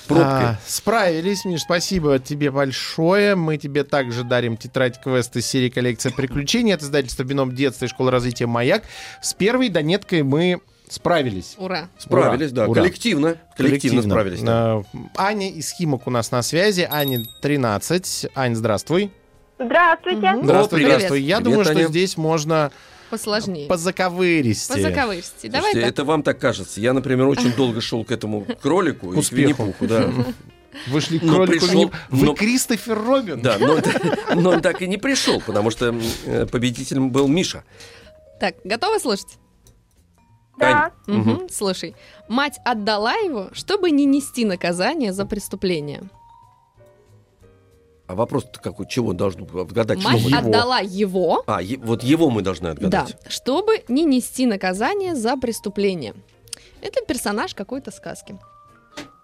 [SPEAKER 2] Пробкой.
[SPEAKER 3] А, справились, Миш, спасибо тебе большое. Мы тебе также дарим тетрадь квеста из серии «Коллекция приключений» от издательства «Бином детства» и «Школа развития Маяк». С первой донеткой мы справились.
[SPEAKER 4] Ура.
[SPEAKER 2] Справились, да.
[SPEAKER 3] А, Ура.
[SPEAKER 2] Коллективно. Коллективно справились. да.
[SPEAKER 3] Э, Аня из Химок у нас на связи. Аня, 13. Ань, здравствуй.
[SPEAKER 5] Здравствуйте.
[SPEAKER 4] Мгм.
[SPEAKER 2] Здравствуй,
[SPEAKER 4] привет.
[SPEAKER 3] Здравствуй. Я
[SPEAKER 2] Привет,
[SPEAKER 3] думаю, что
[SPEAKER 2] Аня.
[SPEAKER 3] здесь можно
[SPEAKER 4] Посложнее.
[SPEAKER 3] позаковырести.
[SPEAKER 4] По заковырсти. Давай
[SPEAKER 2] Слушайте,
[SPEAKER 4] так.
[SPEAKER 2] это вам так кажется. Я, например, очень долго шел к этому кролику и к
[SPEAKER 3] успеху.
[SPEAKER 2] Винни-Пуху, да.
[SPEAKER 3] Вышли к
[SPEAKER 2] Ну,
[SPEAKER 3] кролику.
[SPEAKER 2] пришел,
[SPEAKER 3] Винни- Вы
[SPEAKER 2] но-
[SPEAKER 3] Кристофер Робин.
[SPEAKER 2] Да, но, но он так и не пришел, потому что м, э, победителем был Миша.
[SPEAKER 4] Так, готова слушать?
[SPEAKER 5] Да.
[SPEAKER 4] Мгм, Слушай. Мать отдала его, чтобы не нести наказание за преступление.
[SPEAKER 2] А вопрос-то какой, чего должен отгадать?
[SPEAKER 4] Мать
[SPEAKER 2] что мы-
[SPEAKER 3] его.
[SPEAKER 4] отдала его,
[SPEAKER 2] А, е- вот его мы должны
[SPEAKER 4] да,
[SPEAKER 2] отгадать.
[SPEAKER 4] чтобы не нести наказание за преступление. Это персонаж какой-то сказки.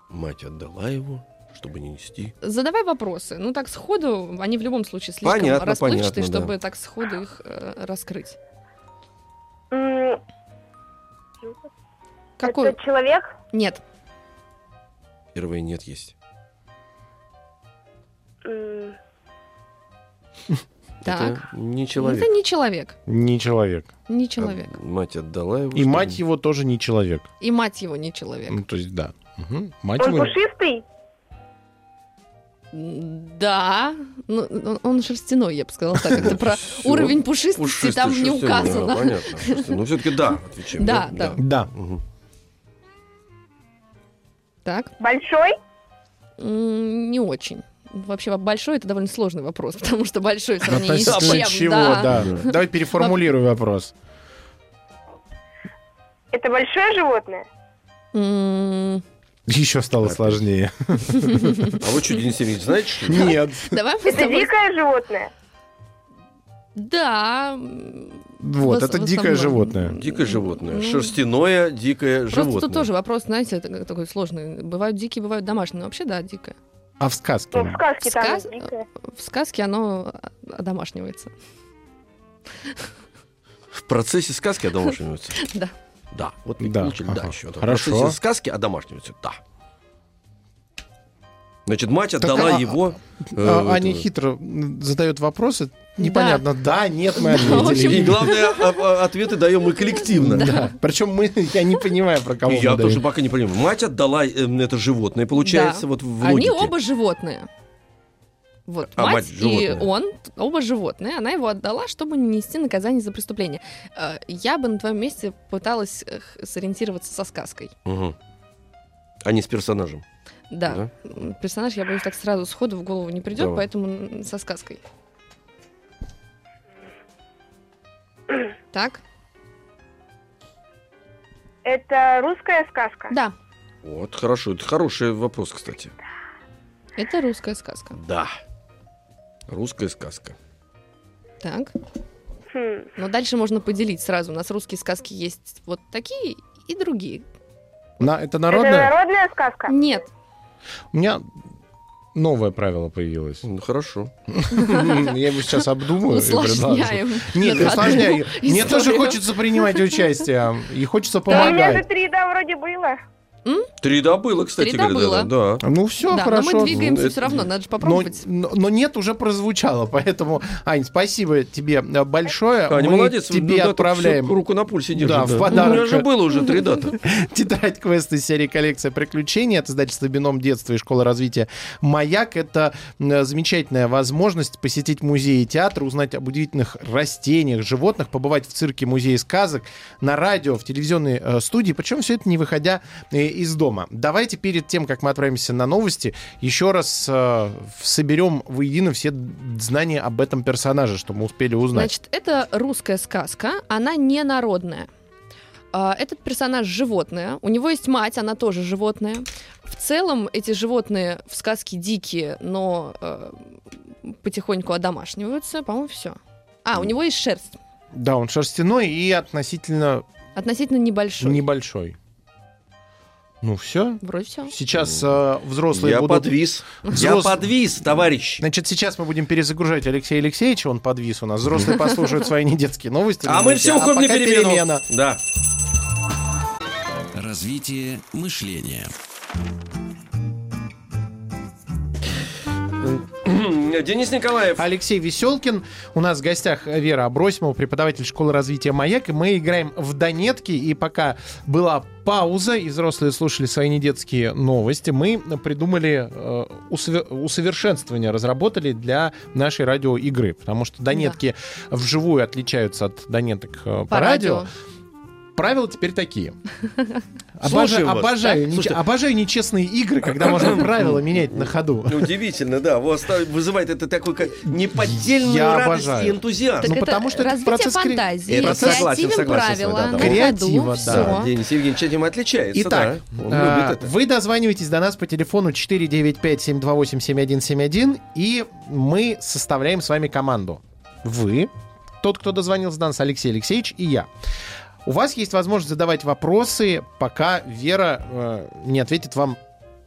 [SPEAKER 2] Мать отдала его, чтобы не нести.
[SPEAKER 4] Задавай вопросы. Ну, так сходу, они в любом случае слишком
[SPEAKER 2] Понятно,
[SPEAKER 4] расплывчатые,
[SPEAKER 2] понятно, да.
[SPEAKER 4] чтобы так сходу их э, раскрыть.
[SPEAKER 5] М,
[SPEAKER 4] Какой?
[SPEAKER 5] Это человек?
[SPEAKER 4] Нет.
[SPEAKER 2] Первое нет есть.
[SPEAKER 5] М,
[SPEAKER 4] Так.
[SPEAKER 2] Это не человек.
[SPEAKER 4] Это не человек.
[SPEAKER 3] Не человек.
[SPEAKER 4] Не человек.
[SPEAKER 2] От- Мать отдала его.
[SPEAKER 3] И
[SPEAKER 2] чтобы-
[SPEAKER 3] мать его тоже не человек.
[SPEAKER 4] И мать его не человек.
[SPEAKER 3] Ну, то есть, да. Мгм. Мать
[SPEAKER 5] Он
[SPEAKER 3] его...
[SPEAKER 5] пушистый?
[SPEAKER 4] Да, ну, он, он шерстяной, я бы сказала так. Это про
[SPEAKER 2] Всё.
[SPEAKER 4] уровень пушистости
[SPEAKER 2] Пушистый,
[SPEAKER 4] там не
[SPEAKER 2] шерстяной, да,
[SPEAKER 4] указано.
[SPEAKER 2] А, понятно. Шерстяной. Ну, все-таки да, отвечаем.
[SPEAKER 4] Да, да.
[SPEAKER 3] Да.
[SPEAKER 2] Мгм.
[SPEAKER 4] Так,
[SPEAKER 5] Большой?
[SPEAKER 4] м, не очень. Вообще большой это довольно сложный вопрос, потому что большой в сравнении с
[SPEAKER 3] Относительно
[SPEAKER 4] чем.
[SPEAKER 3] Типа, чего,
[SPEAKER 4] да.
[SPEAKER 3] да. Давай переформулируй вопрос.
[SPEAKER 5] Это большое животное?
[SPEAKER 4] М,
[SPEAKER 3] Еще стало
[SPEAKER 2] Опять.
[SPEAKER 3] сложнее.
[SPEAKER 2] А вы что, Денис Евгеньевич, знаете, что ли?
[SPEAKER 3] Нет.
[SPEAKER 4] Давай мы с
[SPEAKER 5] Это
[SPEAKER 4] тобой.
[SPEAKER 5] дикое животное?
[SPEAKER 4] Да. м,
[SPEAKER 3] Вот,
[SPEAKER 4] в-
[SPEAKER 3] это
[SPEAKER 4] в
[SPEAKER 3] дикое
[SPEAKER 4] основном.
[SPEAKER 3] животное.
[SPEAKER 2] Дикое животное.
[SPEAKER 4] Ну,
[SPEAKER 2] Шерстяное дикое
[SPEAKER 4] Просто
[SPEAKER 2] животное.
[SPEAKER 4] тут тоже вопрос, знаете, это такой сложный. Бывают дикие, бывают домашние. Но вообще, да, дикое.
[SPEAKER 3] А в
[SPEAKER 5] Ну, в
[SPEAKER 3] сказке?
[SPEAKER 5] сказке
[SPEAKER 4] В
[SPEAKER 5] там
[SPEAKER 4] сказ-
[SPEAKER 5] дикое.
[SPEAKER 4] В сказке оно а, одомашнивается.
[SPEAKER 2] В процессе сказки одомашниваются.
[SPEAKER 4] Да.
[SPEAKER 2] Да, вот мы
[SPEAKER 3] Да,
[SPEAKER 2] получили да
[SPEAKER 3] ага.
[SPEAKER 2] еще. В
[SPEAKER 3] Хорошо.
[SPEAKER 2] процессе сказки одомашниваются, да. Значит, мать
[SPEAKER 3] Так,
[SPEAKER 2] отдала
[SPEAKER 3] а-
[SPEAKER 2] его... э,
[SPEAKER 3] А, Аня
[SPEAKER 2] этого-
[SPEAKER 3] хитро м, задает вопросы. Непонятно, да, нет, мы ответили.
[SPEAKER 2] И главное, а- а- ответы даем мы коллективно.
[SPEAKER 3] Да. Причем мы, я не понимаю, про кого
[SPEAKER 2] И
[SPEAKER 3] мы
[SPEAKER 2] я тоже
[SPEAKER 3] даем.
[SPEAKER 2] пока не понимаю. Мать отдала эм, это животное, получается,
[SPEAKER 4] Да.
[SPEAKER 2] вот в
[SPEAKER 4] Они
[SPEAKER 2] логике.
[SPEAKER 4] оба животные. Вот,
[SPEAKER 2] А,
[SPEAKER 4] мать,
[SPEAKER 2] мать
[SPEAKER 4] и
[SPEAKER 2] животное.
[SPEAKER 4] он, т- оба животные, она его отдала, чтобы не нести наказание за преступление. Э, Я бы на твоем месте пыталась э, х- сориентироваться со сказкой.
[SPEAKER 2] Мгм. Они с персонажем.
[SPEAKER 4] Да. М, Персонаж, я боюсь, так сразу сходу в голову не придет,
[SPEAKER 2] Давай.
[SPEAKER 4] поэтому м, со сказкой. Так?
[SPEAKER 5] Это русская сказка?
[SPEAKER 4] Да,
[SPEAKER 2] Вот, хорошо. Это хороший вопрос, кстати.
[SPEAKER 4] это русская сказка.
[SPEAKER 2] Да. Русская сказка.
[SPEAKER 4] Так.
[SPEAKER 5] Хм.
[SPEAKER 4] Но дальше можно поделить сразу. У нас русские сказки есть вот такие и другие.
[SPEAKER 3] На- Это
[SPEAKER 5] Это
[SPEAKER 3] народное?
[SPEAKER 5] народная сказка?
[SPEAKER 4] Нет,
[SPEAKER 3] У меня новое правило появилось.
[SPEAKER 2] Ну, хорошо.
[SPEAKER 3] Ну, Я его сейчас обдумаю. и предложу.
[SPEAKER 4] Усложняем.
[SPEAKER 3] Нет, не
[SPEAKER 4] на ходу
[SPEAKER 3] усложняй. Мне тоже
[SPEAKER 4] историю.
[SPEAKER 3] хочется принимать участие. И хочется
[SPEAKER 5] Да у меня же
[SPEAKER 3] помогать.
[SPEAKER 5] три, да, вроде было.
[SPEAKER 2] Три да было, кстати
[SPEAKER 4] Три да
[SPEAKER 2] говоря. да, Да,
[SPEAKER 4] было.
[SPEAKER 2] да.
[SPEAKER 3] Ну все,
[SPEAKER 4] Да, но
[SPEAKER 3] хорошо.
[SPEAKER 4] мы двигаемся
[SPEAKER 2] Ну,
[SPEAKER 4] все
[SPEAKER 2] это-
[SPEAKER 4] равно, надо же
[SPEAKER 3] Но,
[SPEAKER 4] попробовать.
[SPEAKER 3] но- но нет уже прозвучало, поэтому, Ань, спасибо тебе э, большое.
[SPEAKER 2] Аня,
[SPEAKER 3] Мы
[SPEAKER 2] молодец. ну,
[SPEAKER 3] тебе
[SPEAKER 2] да, так
[SPEAKER 3] отправляем
[SPEAKER 2] всё руку на пульсе держит.
[SPEAKER 3] Да, в
[SPEAKER 2] У
[SPEAKER 3] подарок.
[SPEAKER 2] меня же было уже три дата.
[SPEAKER 3] тетрадь квеста из серии «Коллекция приключений» от издательства «Бином детства» и «Школа развития Маяк». Это э, замечательная возможность посетить музеи и театры, узнать об удивительных растениях, животных, побывать в цирке музее сказок, на радио, в телевизионной э, студии, причем все это не выходя э, из дома. Давайте перед тем, как мы отправимся на новости, еще раз э, соберем воедино все знания об этом персонаже, что мы успели узнать.
[SPEAKER 4] Значит, это русская сказка, она не народная. А, Этот персонаж животное, у него есть мать, она тоже животное. В целом эти животные в сказке дикие, но э, потихоньку одомашниваются, по-моему, все. А, у него есть шерсть,
[SPEAKER 3] Да, он шерстяной и относительно
[SPEAKER 4] относительно небольшой.
[SPEAKER 3] небольшой. Ну все,
[SPEAKER 4] Вроде все.
[SPEAKER 3] Сейчас э, взрослые
[SPEAKER 2] Я
[SPEAKER 3] будут...
[SPEAKER 2] подвис. Я
[SPEAKER 3] Взрос-
[SPEAKER 2] подвис, товарищи.
[SPEAKER 3] Значит, сейчас мы будем перезагружать Алексея Алексеевича, он подвис у нас. Взрослые послушают свои недетские новости.
[SPEAKER 2] А мы все
[SPEAKER 3] А
[SPEAKER 2] уходим на
[SPEAKER 3] пока
[SPEAKER 2] перемену.
[SPEAKER 3] перемена.
[SPEAKER 2] Да.
[SPEAKER 1] Развитие мышления.
[SPEAKER 2] Денис Николаев.
[SPEAKER 3] Алексей Веселкин. У нас в гостях Вера Абросимова, преподаватель школы развития «Маяк». И мы играем в «Донетки». И пока была пауза, и взрослые слушали свои недетские новости, мы придумали э, усове- усовершенствование, разработали для нашей радиоигры. Потому что «Донетки» вживую отличаются от «Донеток» э, по,
[SPEAKER 4] По
[SPEAKER 3] радио.
[SPEAKER 4] радио.
[SPEAKER 3] Правила теперь такие. Обожаю,
[SPEAKER 2] Слушаем вас.
[SPEAKER 3] обожаю, неч-
[SPEAKER 2] Слушайте.
[SPEAKER 3] обожаю нечестные игры, когда можно правила менять на ходу.
[SPEAKER 2] Удивительно, да. У вас та- вызывает это такой как неподдельную
[SPEAKER 3] Я
[SPEAKER 2] радость
[SPEAKER 3] обожаю.
[SPEAKER 2] и энтузиазм.
[SPEAKER 3] Ну,
[SPEAKER 4] это
[SPEAKER 3] потому что это
[SPEAKER 4] развитие
[SPEAKER 3] процесс кре-
[SPEAKER 4] фантазии,
[SPEAKER 2] Это согласен,
[SPEAKER 4] креативен
[SPEAKER 2] согласен,
[SPEAKER 4] правила,
[SPEAKER 2] да, да.
[SPEAKER 4] на ходу,
[SPEAKER 3] Креатива,
[SPEAKER 4] всё.
[SPEAKER 3] да.
[SPEAKER 2] Да, Денис Евгеньевич этим отличается,
[SPEAKER 3] Итак,
[SPEAKER 2] да. Он
[SPEAKER 3] а,
[SPEAKER 2] любит это.
[SPEAKER 3] вы дозваниваетесь до нас по телефону 495-728-7171, и мы составляем с вами команду. Вы, тот, кто дозвонился до нас, Алексей Алексеевич и я. У вас есть возможность задавать вопросы, пока Вера э, не ответит вам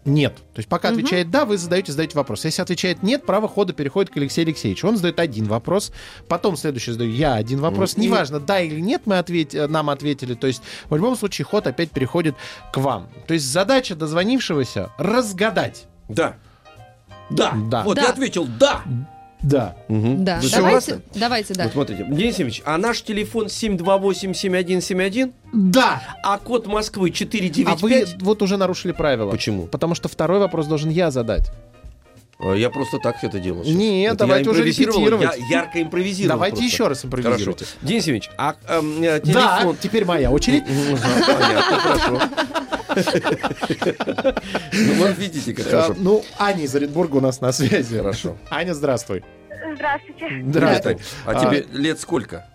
[SPEAKER 3] нет. То есть пока
[SPEAKER 4] Мгм.
[SPEAKER 3] отвечает да, вы задаете, задаете вопрос. Если отвечает нет, право хода переходит к Алексею Алексеевичу. Он задает один вопрос, потом следующий задаю я один вопрос.
[SPEAKER 2] Мгм.
[SPEAKER 3] Неважно, да или нет, мы ответ... э, нам ответили. То есть в любом случае ход опять переходит к вам. То есть задача дозвонившегося разгадать.
[SPEAKER 2] Да. Да.
[SPEAKER 3] Да.
[SPEAKER 2] Вот
[SPEAKER 4] Да.
[SPEAKER 2] я ответил да.
[SPEAKER 3] Да.
[SPEAKER 4] Да,
[SPEAKER 2] Вы
[SPEAKER 4] давайте,
[SPEAKER 2] согласны?
[SPEAKER 4] давайте, да.
[SPEAKER 2] Вот смотрите, Денис Евгеньевич, а наш телефон 728-7171,
[SPEAKER 3] Да!
[SPEAKER 2] а код Москвы
[SPEAKER 3] А вы
[SPEAKER 2] 495.
[SPEAKER 3] вот уже нарушили правила.
[SPEAKER 2] Почему?
[SPEAKER 3] Потому что второй вопрос должен я задать.
[SPEAKER 2] А, Я просто так это делал. сейчас.
[SPEAKER 3] Не,
[SPEAKER 2] Это
[SPEAKER 3] давайте
[SPEAKER 2] я
[SPEAKER 3] уже
[SPEAKER 2] импровизировал,
[SPEAKER 3] репетировать.
[SPEAKER 2] Я ярко импровизировал.
[SPEAKER 3] Давайте
[SPEAKER 2] просто.
[SPEAKER 3] еще раз
[SPEAKER 2] Хорошо.
[SPEAKER 3] импровизируйте.
[SPEAKER 2] Денис Евгеньевич, а эм, э,
[SPEAKER 3] Да,
[SPEAKER 2] телефон...
[SPEAKER 3] теперь моя очередь.
[SPEAKER 2] Ну, Понятно, хорошо. Ну, Вот видите, как
[SPEAKER 3] Э,
[SPEAKER 2] хорошо.
[SPEAKER 3] Ну, Аня из Оренбурга у нас на связи.
[SPEAKER 2] Хорошо.
[SPEAKER 3] Аня, здравствуй.
[SPEAKER 5] Здравствуйте.
[SPEAKER 3] Здравствуй.
[SPEAKER 2] А тебе лет сколько?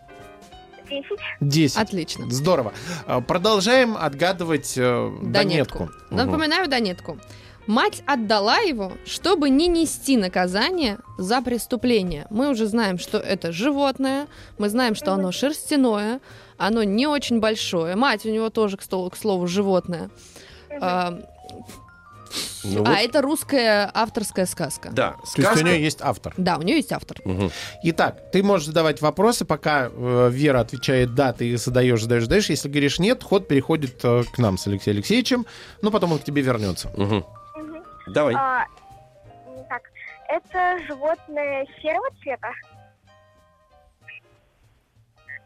[SPEAKER 5] Десять.
[SPEAKER 3] Десять.
[SPEAKER 4] Отлично.
[SPEAKER 3] Здорово. А, Продолжаем отгадывать э,
[SPEAKER 4] Донетку.
[SPEAKER 3] донетку.
[SPEAKER 4] Напоминаю Донетку. Мать отдала его, чтобы не нести наказание за преступление. Мы уже знаем, что это животное, мы знаем, что оно шерстяное, оно не очень большое. Мать у него тоже, к столу- к слову, животное. А,
[SPEAKER 2] Ну
[SPEAKER 4] а
[SPEAKER 2] вот,
[SPEAKER 4] это русская авторская сказка.
[SPEAKER 2] Да,
[SPEAKER 3] То есть у
[SPEAKER 2] сказка.
[SPEAKER 3] нее есть автор.
[SPEAKER 4] Да, у нее есть автор.
[SPEAKER 2] Мгм.
[SPEAKER 3] Итак, ты можешь задавать вопросы, пока э, Вера отвечает «да», ты их задаешь, задаешь, задаешь. Если говоришь «нет», ход переходит э, к нам с Алексеем Алексеевичем, ну, потом он к тебе вернется.
[SPEAKER 2] Мгм.
[SPEAKER 5] Мгм.
[SPEAKER 2] Давай.
[SPEAKER 5] А, м, так, это животное серого цвета?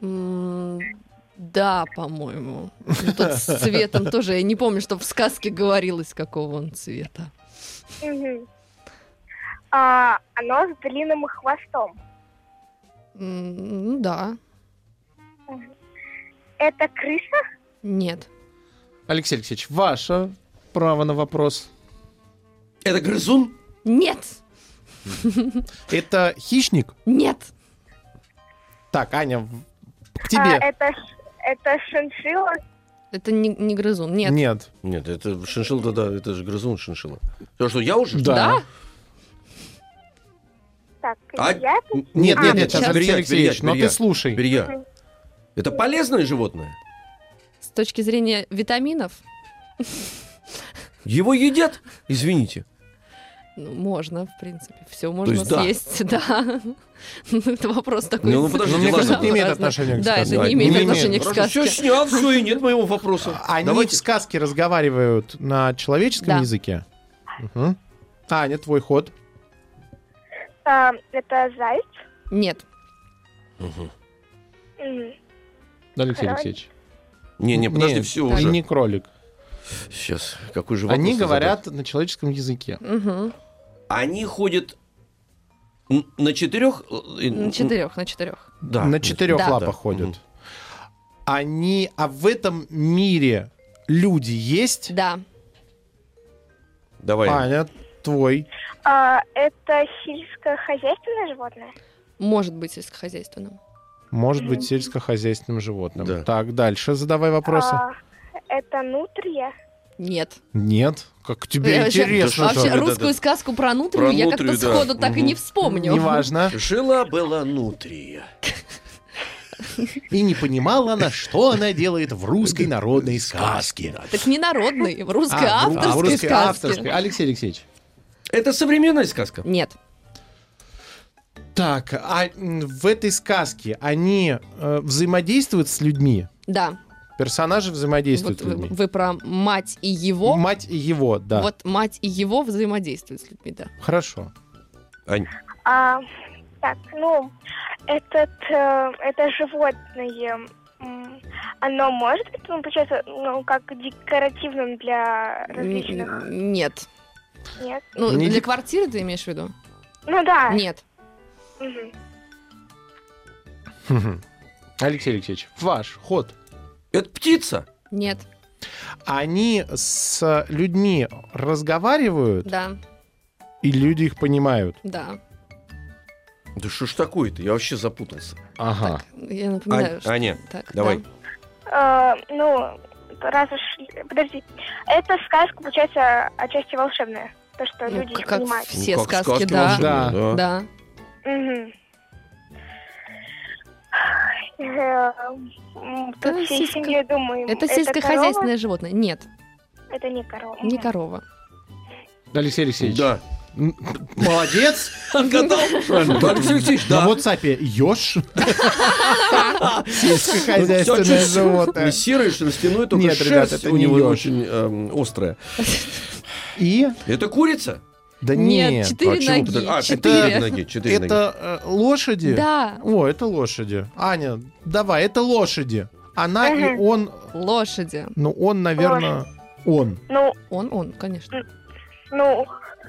[SPEAKER 4] М, Да, по-моему. Тут с цветом тоже. Я не помню, что в сказке говорилось, какого он цвета.
[SPEAKER 5] Мгм. А, оно с длинным хвостом.
[SPEAKER 4] М, ну Да,
[SPEAKER 5] Это крыса?
[SPEAKER 4] нет.
[SPEAKER 3] Алексей Алексеевич, ваше право на вопрос.
[SPEAKER 2] Это грызун?
[SPEAKER 4] Нет!
[SPEAKER 3] Это хищник?
[SPEAKER 4] Нет!
[SPEAKER 3] Так, Аня, в- к
[SPEAKER 5] А,
[SPEAKER 3] тебе.
[SPEAKER 5] это, ш- это шиншилла?
[SPEAKER 4] Это не, не грызун, нет.
[SPEAKER 3] Нет.
[SPEAKER 2] Нет, это шиншилла, да, да, это же грызун шиншилла. Потому что я уже?
[SPEAKER 3] Да.
[SPEAKER 4] Да?
[SPEAKER 5] Так,
[SPEAKER 2] А?
[SPEAKER 5] я это
[SPEAKER 3] Нет, нет,
[SPEAKER 4] А,
[SPEAKER 3] нет, сейчас,
[SPEAKER 4] сейчас.
[SPEAKER 3] Алексей
[SPEAKER 2] Перья,
[SPEAKER 3] Алексеевич,
[SPEAKER 2] перья,
[SPEAKER 3] но
[SPEAKER 2] перья.
[SPEAKER 3] ты слушай.
[SPEAKER 2] Теперь я. Это полезное животное?
[SPEAKER 4] С точки зрения витаминов,
[SPEAKER 2] Его едят? Извините.
[SPEAKER 4] Ну, можно, в принципе, все можно
[SPEAKER 2] есть да.
[SPEAKER 4] съесть, да. Ну, это вопрос такой.
[SPEAKER 2] Ну, ну, подожди,
[SPEAKER 4] Ну,
[SPEAKER 3] мне кажется, это не имеет
[SPEAKER 4] разнообразный.
[SPEAKER 3] отношения к
[SPEAKER 4] Да,
[SPEAKER 3] сказке.
[SPEAKER 4] А это не имеет
[SPEAKER 3] Не имеет.
[SPEAKER 4] отношения к
[SPEAKER 2] Хорошо, все
[SPEAKER 4] сказке.
[SPEAKER 2] снял, все, и нет моего вопроса.
[SPEAKER 3] А Они
[SPEAKER 2] Давайте.
[SPEAKER 3] в сказке разговаривают на человеческом
[SPEAKER 4] Да.
[SPEAKER 3] языке? Мгм. Аня, твой ход.
[SPEAKER 5] А, это заяц.
[SPEAKER 4] Нет.
[SPEAKER 5] М,
[SPEAKER 3] Алексей
[SPEAKER 5] Кролик.
[SPEAKER 3] Алексеевич.
[SPEAKER 2] Не, не, подожди,
[SPEAKER 3] Нет,
[SPEAKER 2] все
[SPEAKER 3] они
[SPEAKER 2] уже.
[SPEAKER 3] не кролик.
[SPEAKER 2] Сейчас, какой же вопрос?
[SPEAKER 3] Они
[SPEAKER 2] задать?
[SPEAKER 3] говорят на человеческом языке.
[SPEAKER 4] Мгм.
[SPEAKER 2] Они ходят н- на четырех... Ну,
[SPEAKER 4] На четырех, на четырех.
[SPEAKER 2] Да.
[SPEAKER 3] на четырех
[SPEAKER 4] Да.
[SPEAKER 3] лапах ходят. Они, а в этом мире люди есть?
[SPEAKER 4] Да.
[SPEAKER 2] Давай.
[SPEAKER 3] Аня, твой.
[SPEAKER 5] а, это сельскохозяйственное животное.
[SPEAKER 4] Может быть сельскохозяйственным.
[SPEAKER 3] Может
[SPEAKER 5] Мгм.
[SPEAKER 3] быть, сельскохозяйственным животным.
[SPEAKER 2] Да.
[SPEAKER 3] Так, дальше задавай вопросы.
[SPEAKER 5] А, это нутрия.
[SPEAKER 4] Нет.
[SPEAKER 3] Нет. Как
[SPEAKER 4] Я
[SPEAKER 3] тебе
[SPEAKER 4] вообще-
[SPEAKER 3] интересно.
[SPEAKER 2] Да
[SPEAKER 3] же.
[SPEAKER 4] Вообще
[SPEAKER 2] да, да,
[SPEAKER 4] русскую
[SPEAKER 2] да.
[SPEAKER 4] сказку про нутрию я
[SPEAKER 2] Про
[SPEAKER 4] как-то
[SPEAKER 2] нутрию, да.
[SPEAKER 4] сходу так и не
[SPEAKER 2] Мгм.
[SPEAKER 4] вспомню.
[SPEAKER 3] Неважно.
[SPEAKER 2] Жила-была нутрия.
[SPEAKER 3] И не понимала она, что она делает в русской народной сказке.
[SPEAKER 4] Так не народный, в русской
[SPEAKER 3] А, в ру- а, в
[SPEAKER 4] авторской
[SPEAKER 3] русской
[SPEAKER 4] сказке.
[SPEAKER 3] авторской. Алексей Алексеевич.
[SPEAKER 2] Это современная сказка?
[SPEAKER 4] Нет.
[SPEAKER 3] Так, а м, в этой сказке они э, взаимодействуют с людьми?
[SPEAKER 4] Да.
[SPEAKER 3] Персонажи взаимодействуют
[SPEAKER 4] Вот
[SPEAKER 3] с людьми?
[SPEAKER 4] вы, вы про мать и его.
[SPEAKER 3] Мать и его, да.
[SPEAKER 4] Вот мать и его взаимодействуют с людьми, да.
[SPEAKER 3] Хорошо.
[SPEAKER 2] Ань,
[SPEAKER 5] А, так, ну, этот, э, это животное, м, оно может быть, ну, получается, ну, как декоративным для различных,
[SPEAKER 4] Н- Нет.
[SPEAKER 5] нет?
[SPEAKER 4] Ну,
[SPEAKER 3] Не
[SPEAKER 4] для
[SPEAKER 3] дек-
[SPEAKER 4] квартиры ты имеешь в виду?
[SPEAKER 5] Ну, да.
[SPEAKER 4] Нет.
[SPEAKER 5] Мгм.
[SPEAKER 3] Алексей Алексеевич, ваш ход.
[SPEAKER 2] это птица?
[SPEAKER 4] Нет.
[SPEAKER 3] Они с людьми разговаривают,
[SPEAKER 4] Да.
[SPEAKER 3] и люди их понимают.
[SPEAKER 4] Да.
[SPEAKER 2] Да что ж такое-то? Я вообще запутался. Ну,
[SPEAKER 3] Ага.
[SPEAKER 4] Я напоминаю,
[SPEAKER 2] Ань-
[SPEAKER 4] что...
[SPEAKER 2] Аня,
[SPEAKER 4] так,
[SPEAKER 2] давай.
[SPEAKER 4] да.
[SPEAKER 5] Э, ну, раз уж... Подожди. Эта сказка, получается, отчасти волшебная. То, что
[SPEAKER 4] Ну,
[SPEAKER 5] люди их
[SPEAKER 4] как
[SPEAKER 5] понимают.
[SPEAKER 4] все
[SPEAKER 2] Ну, как
[SPEAKER 4] сказки,
[SPEAKER 2] сказки
[SPEAKER 4] да.
[SPEAKER 2] волшебные,
[SPEAKER 4] Да.
[SPEAKER 2] да.
[SPEAKER 5] Ну, Мгм. Э, м,
[SPEAKER 4] Да,
[SPEAKER 5] Тут всей
[SPEAKER 4] Ну, сельско-
[SPEAKER 5] семьей думаем.
[SPEAKER 4] Это
[SPEAKER 5] корова?
[SPEAKER 4] сельскохозяйственное животное. Нет,
[SPEAKER 5] Это не корова.
[SPEAKER 4] не
[SPEAKER 5] Мгм.
[SPEAKER 4] корова.
[SPEAKER 3] Алексей Алексеевич.
[SPEAKER 2] Да.
[SPEAKER 3] М, Молодец.
[SPEAKER 2] Отгадал? Алексей Алексеевич,
[SPEAKER 3] На
[SPEAKER 2] да.
[SPEAKER 3] WhatsApp еж. Сельскохозяйственное
[SPEAKER 2] Ну, всё,
[SPEAKER 3] животное.
[SPEAKER 2] Ну, серый шерстяной, только
[SPEAKER 3] Нет, ребят,
[SPEAKER 2] шерсть
[SPEAKER 3] это
[SPEAKER 2] у
[SPEAKER 3] не
[SPEAKER 2] него
[SPEAKER 3] ёж.
[SPEAKER 2] очень эм, острая.
[SPEAKER 3] И?
[SPEAKER 2] Это курица?
[SPEAKER 3] Да
[SPEAKER 4] Нет,
[SPEAKER 3] нет.
[SPEAKER 4] четыре
[SPEAKER 2] А, чего
[SPEAKER 4] ноги.
[SPEAKER 2] ты так- А, это
[SPEAKER 4] четыре.
[SPEAKER 2] четыре ноги, четыре ноги.
[SPEAKER 3] Это э, лошади?
[SPEAKER 4] Да,
[SPEAKER 3] О, это лошади. Аня, давай, это лошади. Она и
[SPEAKER 5] Мгм.
[SPEAKER 3] он,
[SPEAKER 4] лошади.
[SPEAKER 3] ну он, наверное, он.
[SPEAKER 5] Ну,
[SPEAKER 4] Он, он, конечно.
[SPEAKER 5] ну,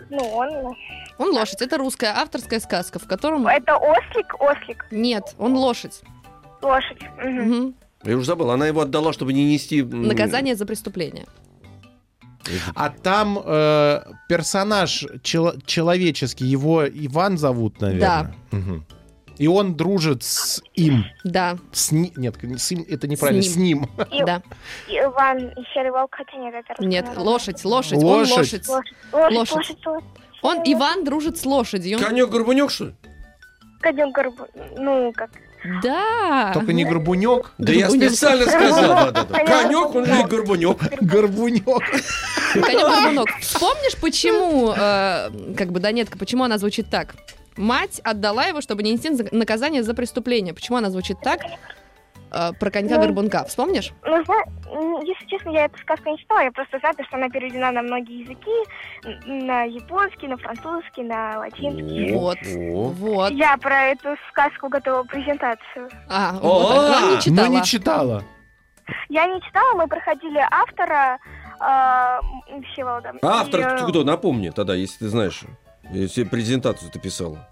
[SPEAKER 5] ну, он...
[SPEAKER 4] Он лошадь. Это русская авторская сказка, в котором...
[SPEAKER 5] Это ослик, ослик,
[SPEAKER 4] Нет, он лошадь.
[SPEAKER 5] лошадь. Мгм.
[SPEAKER 4] Мгм.
[SPEAKER 2] Я уже забыл, она его отдала, чтобы не нести... м,
[SPEAKER 4] Наказание за преступление.
[SPEAKER 3] А там э, персонаж чело- человеческий, его Иван зовут, наверное. Да. И он дружит с им.
[SPEAKER 4] Да,
[SPEAKER 3] С ни- Нет, с им это неправильно.
[SPEAKER 4] С
[SPEAKER 3] С ним.
[SPEAKER 5] И-
[SPEAKER 4] Ну, да.
[SPEAKER 5] Иван и серый волк, хотя нет, это русский
[SPEAKER 4] Нет,
[SPEAKER 5] народ.
[SPEAKER 4] лошадь, лошадь. Он
[SPEAKER 3] Лошадь.
[SPEAKER 4] лошадь.
[SPEAKER 5] Лошадь, лошадь,
[SPEAKER 4] Лошадь.
[SPEAKER 5] лошадь, лошадь, Э,
[SPEAKER 4] Он, Иван, дружит с лошадью.
[SPEAKER 2] Конек-горбунек, что ли?
[SPEAKER 5] Кадем горбу, ну, как...
[SPEAKER 4] Да.
[SPEAKER 3] Только не горбунек.
[SPEAKER 2] Да я
[SPEAKER 4] А. Горбунёк.
[SPEAKER 2] специально сказал. Конек, он же и горбунек.
[SPEAKER 3] Горбунек.
[SPEAKER 4] Конек Горбунок. Вспомнишь, почему, э, как бы, Донетка, почему она звучит так? Мать отдала его, чтобы не нести за- наказание за преступление. Почему она звучит так? Э, про конька Горбунка. Вспомнишь?
[SPEAKER 5] Ну, зна- м, если честно, я эту сказку не читала, я просто знаю, то, что она переведена на многие языки, м, на японский, на французский, на латинский.
[SPEAKER 4] Вот.
[SPEAKER 2] О.
[SPEAKER 4] Вот.
[SPEAKER 5] Я про эту сказку готовила презентацию.
[SPEAKER 4] А, вот
[SPEAKER 2] О,
[SPEAKER 4] так. Она не
[SPEAKER 3] Но Ну,
[SPEAKER 4] читала.
[SPEAKER 3] не читала.
[SPEAKER 5] Я не читала, мы проходили автора э, м, Всеволода.
[SPEAKER 2] А
[SPEAKER 5] И, э,
[SPEAKER 2] автор кто? Напомни тогда, если ты знаешь. Если презентацию ты писала.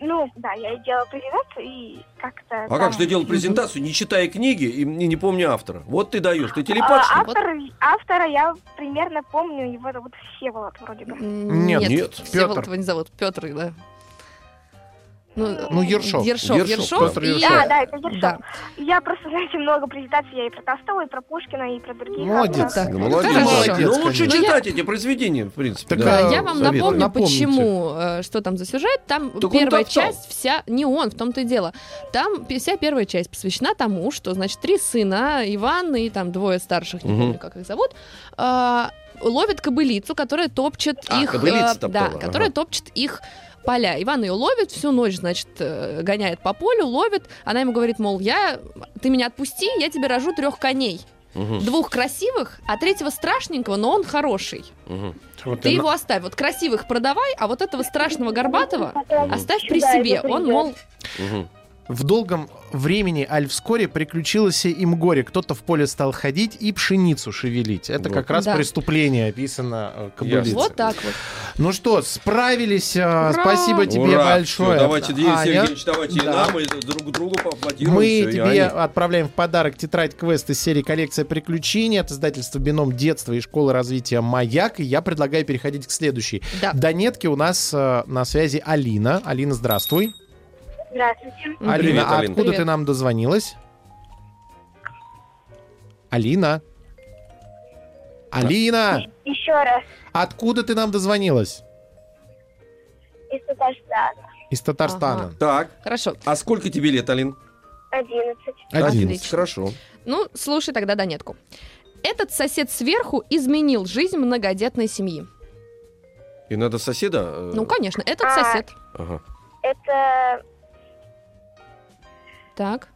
[SPEAKER 5] Ну, да, я и делала презентацию и как-то...
[SPEAKER 2] А как же ты делал презентацию, не читая книги и не не помня автора? Вот ты даешь, ты телепат, что ли?
[SPEAKER 5] а, автор, автора я примерно помню, его зовут Всеволод вроде бы.
[SPEAKER 4] М,
[SPEAKER 3] Нет,
[SPEAKER 2] нет,
[SPEAKER 4] Всеволод
[SPEAKER 3] Пётр.
[SPEAKER 4] его не зовут. Петр, да. Ну,
[SPEAKER 3] Ну, Ершов.
[SPEAKER 4] Ершов,
[SPEAKER 2] Ершов,
[SPEAKER 4] Ершов
[SPEAKER 3] Пётр
[SPEAKER 4] и-
[SPEAKER 3] Ершов.
[SPEAKER 5] Да, да, это Ершов.
[SPEAKER 4] Да.
[SPEAKER 5] Я просто, знаете, много презентаций, я и про Толстого, и про Пушкина, и про других
[SPEAKER 3] Молодец.
[SPEAKER 5] авторов.
[SPEAKER 4] Так,
[SPEAKER 2] Ну, молодец.
[SPEAKER 4] хорошо.
[SPEAKER 2] молодец.
[SPEAKER 3] Молодец,
[SPEAKER 2] Ну, лучше
[SPEAKER 3] конечно.
[SPEAKER 2] читать эти произведения, в принципе.
[SPEAKER 3] Так, а,
[SPEAKER 4] Да,
[SPEAKER 3] Да,
[SPEAKER 4] я вам
[SPEAKER 2] Э, советую.
[SPEAKER 4] напомню,
[SPEAKER 3] Напомните.
[SPEAKER 4] почему, э, что там за сюжет. Там
[SPEAKER 2] Так он
[SPEAKER 4] первая
[SPEAKER 2] топтал.
[SPEAKER 4] часть вся, не он, в том-то и дело. Там пе- вся первая часть посвящена тому, что, значит, три сына, Иван и там двое старших, не
[SPEAKER 2] Мгм.
[SPEAKER 4] помню, как их зовут, а, ловят кобылицу, которая топчет
[SPEAKER 2] А,
[SPEAKER 4] их...
[SPEAKER 2] кобылица
[SPEAKER 4] э, да,
[SPEAKER 2] топтала,
[SPEAKER 4] которая
[SPEAKER 2] ага.
[SPEAKER 4] топчет их поля. Иван ее ловит, всю ночь, значит, э, гоняет по полю, ловит. Она ему говорит, мол, я... Ты меня отпусти, я тебе рожу трех коней.
[SPEAKER 2] Мгм,
[SPEAKER 4] Двух красивых, а третьего страшненького, но он хороший.
[SPEAKER 2] мгм.
[SPEAKER 3] Вот
[SPEAKER 4] Ты
[SPEAKER 3] она-
[SPEAKER 4] его оставь. Вот красивых продавай, а вот этого страшного горбатого
[SPEAKER 5] Потом
[SPEAKER 4] оставь при
[SPEAKER 5] сюда
[SPEAKER 4] себе.
[SPEAKER 5] это
[SPEAKER 4] Он,
[SPEAKER 5] придёт.
[SPEAKER 4] мол,
[SPEAKER 2] Мгм.
[SPEAKER 3] В долгом времени, аль вскоре, приключилось и им горе. Кто-то в поле стал ходить и пшеницу шевелить. Это
[SPEAKER 2] Вот.
[SPEAKER 3] как раз
[SPEAKER 4] Да.
[SPEAKER 3] преступление описано э, кобылицы.
[SPEAKER 2] Ясно.
[SPEAKER 4] вот так вот.
[SPEAKER 3] Ну что, справились. э, Спасибо тебе
[SPEAKER 2] Ура!
[SPEAKER 3] большое.
[SPEAKER 2] Всё, давайте, Денис
[SPEAKER 3] Аня.
[SPEAKER 2] Евгеньевич, давайте и
[SPEAKER 3] Да.
[SPEAKER 2] нам, и друг другу поаплодируем.
[SPEAKER 3] Мы
[SPEAKER 2] всё, и
[SPEAKER 3] тебе
[SPEAKER 2] Ане.
[SPEAKER 3] отправляем в подарок тетрадь квест из серии «Коллекция приключений» от издательства «Бином детства» и «Школы развития Маяк». И я предлагаю переходить к следующей.
[SPEAKER 4] Да.
[SPEAKER 3] В Донетке у нас э, на связи Алина. Алина, здравствуй.
[SPEAKER 5] Здравствуйте.
[SPEAKER 4] Мгм.
[SPEAKER 3] Алина,
[SPEAKER 2] Привет,
[SPEAKER 3] а
[SPEAKER 2] Алин.
[SPEAKER 3] откуда ты
[SPEAKER 4] Привет.
[SPEAKER 3] нам дозвонилась? Алина? Алина,
[SPEAKER 5] Еще раз
[SPEAKER 3] откуда ты нам дозвонилась?
[SPEAKER 5] из Татарстана.
[SPEAKER 3] Из Татарстана.
[SPEAKER 2] Так,
[SPEAKER 4] Хорошо.
[SPEAKER 2] а сколько тебе лет, Алин?
[SPEAKER 5] 11.
[SPEAKER 3] Одиннадцать.
[SPEAKER 4] Отлично.
[SPEAKER 2] Хорошо.
[SPEAKER 4] Ну, слушай тогда Донетку. Этот сосед сверху изменил жизнь многодетной семьи.
[SPEAKER 2] И надо соседа... э,
[SPEAKER 4] Ну, конечно, этот
[SPEAKER 5] А.
[SPEAKER 4] сосед.
[SPEAKER 2] ага.
[SPEAKER 5] Это
[SPEAKER 4] Так.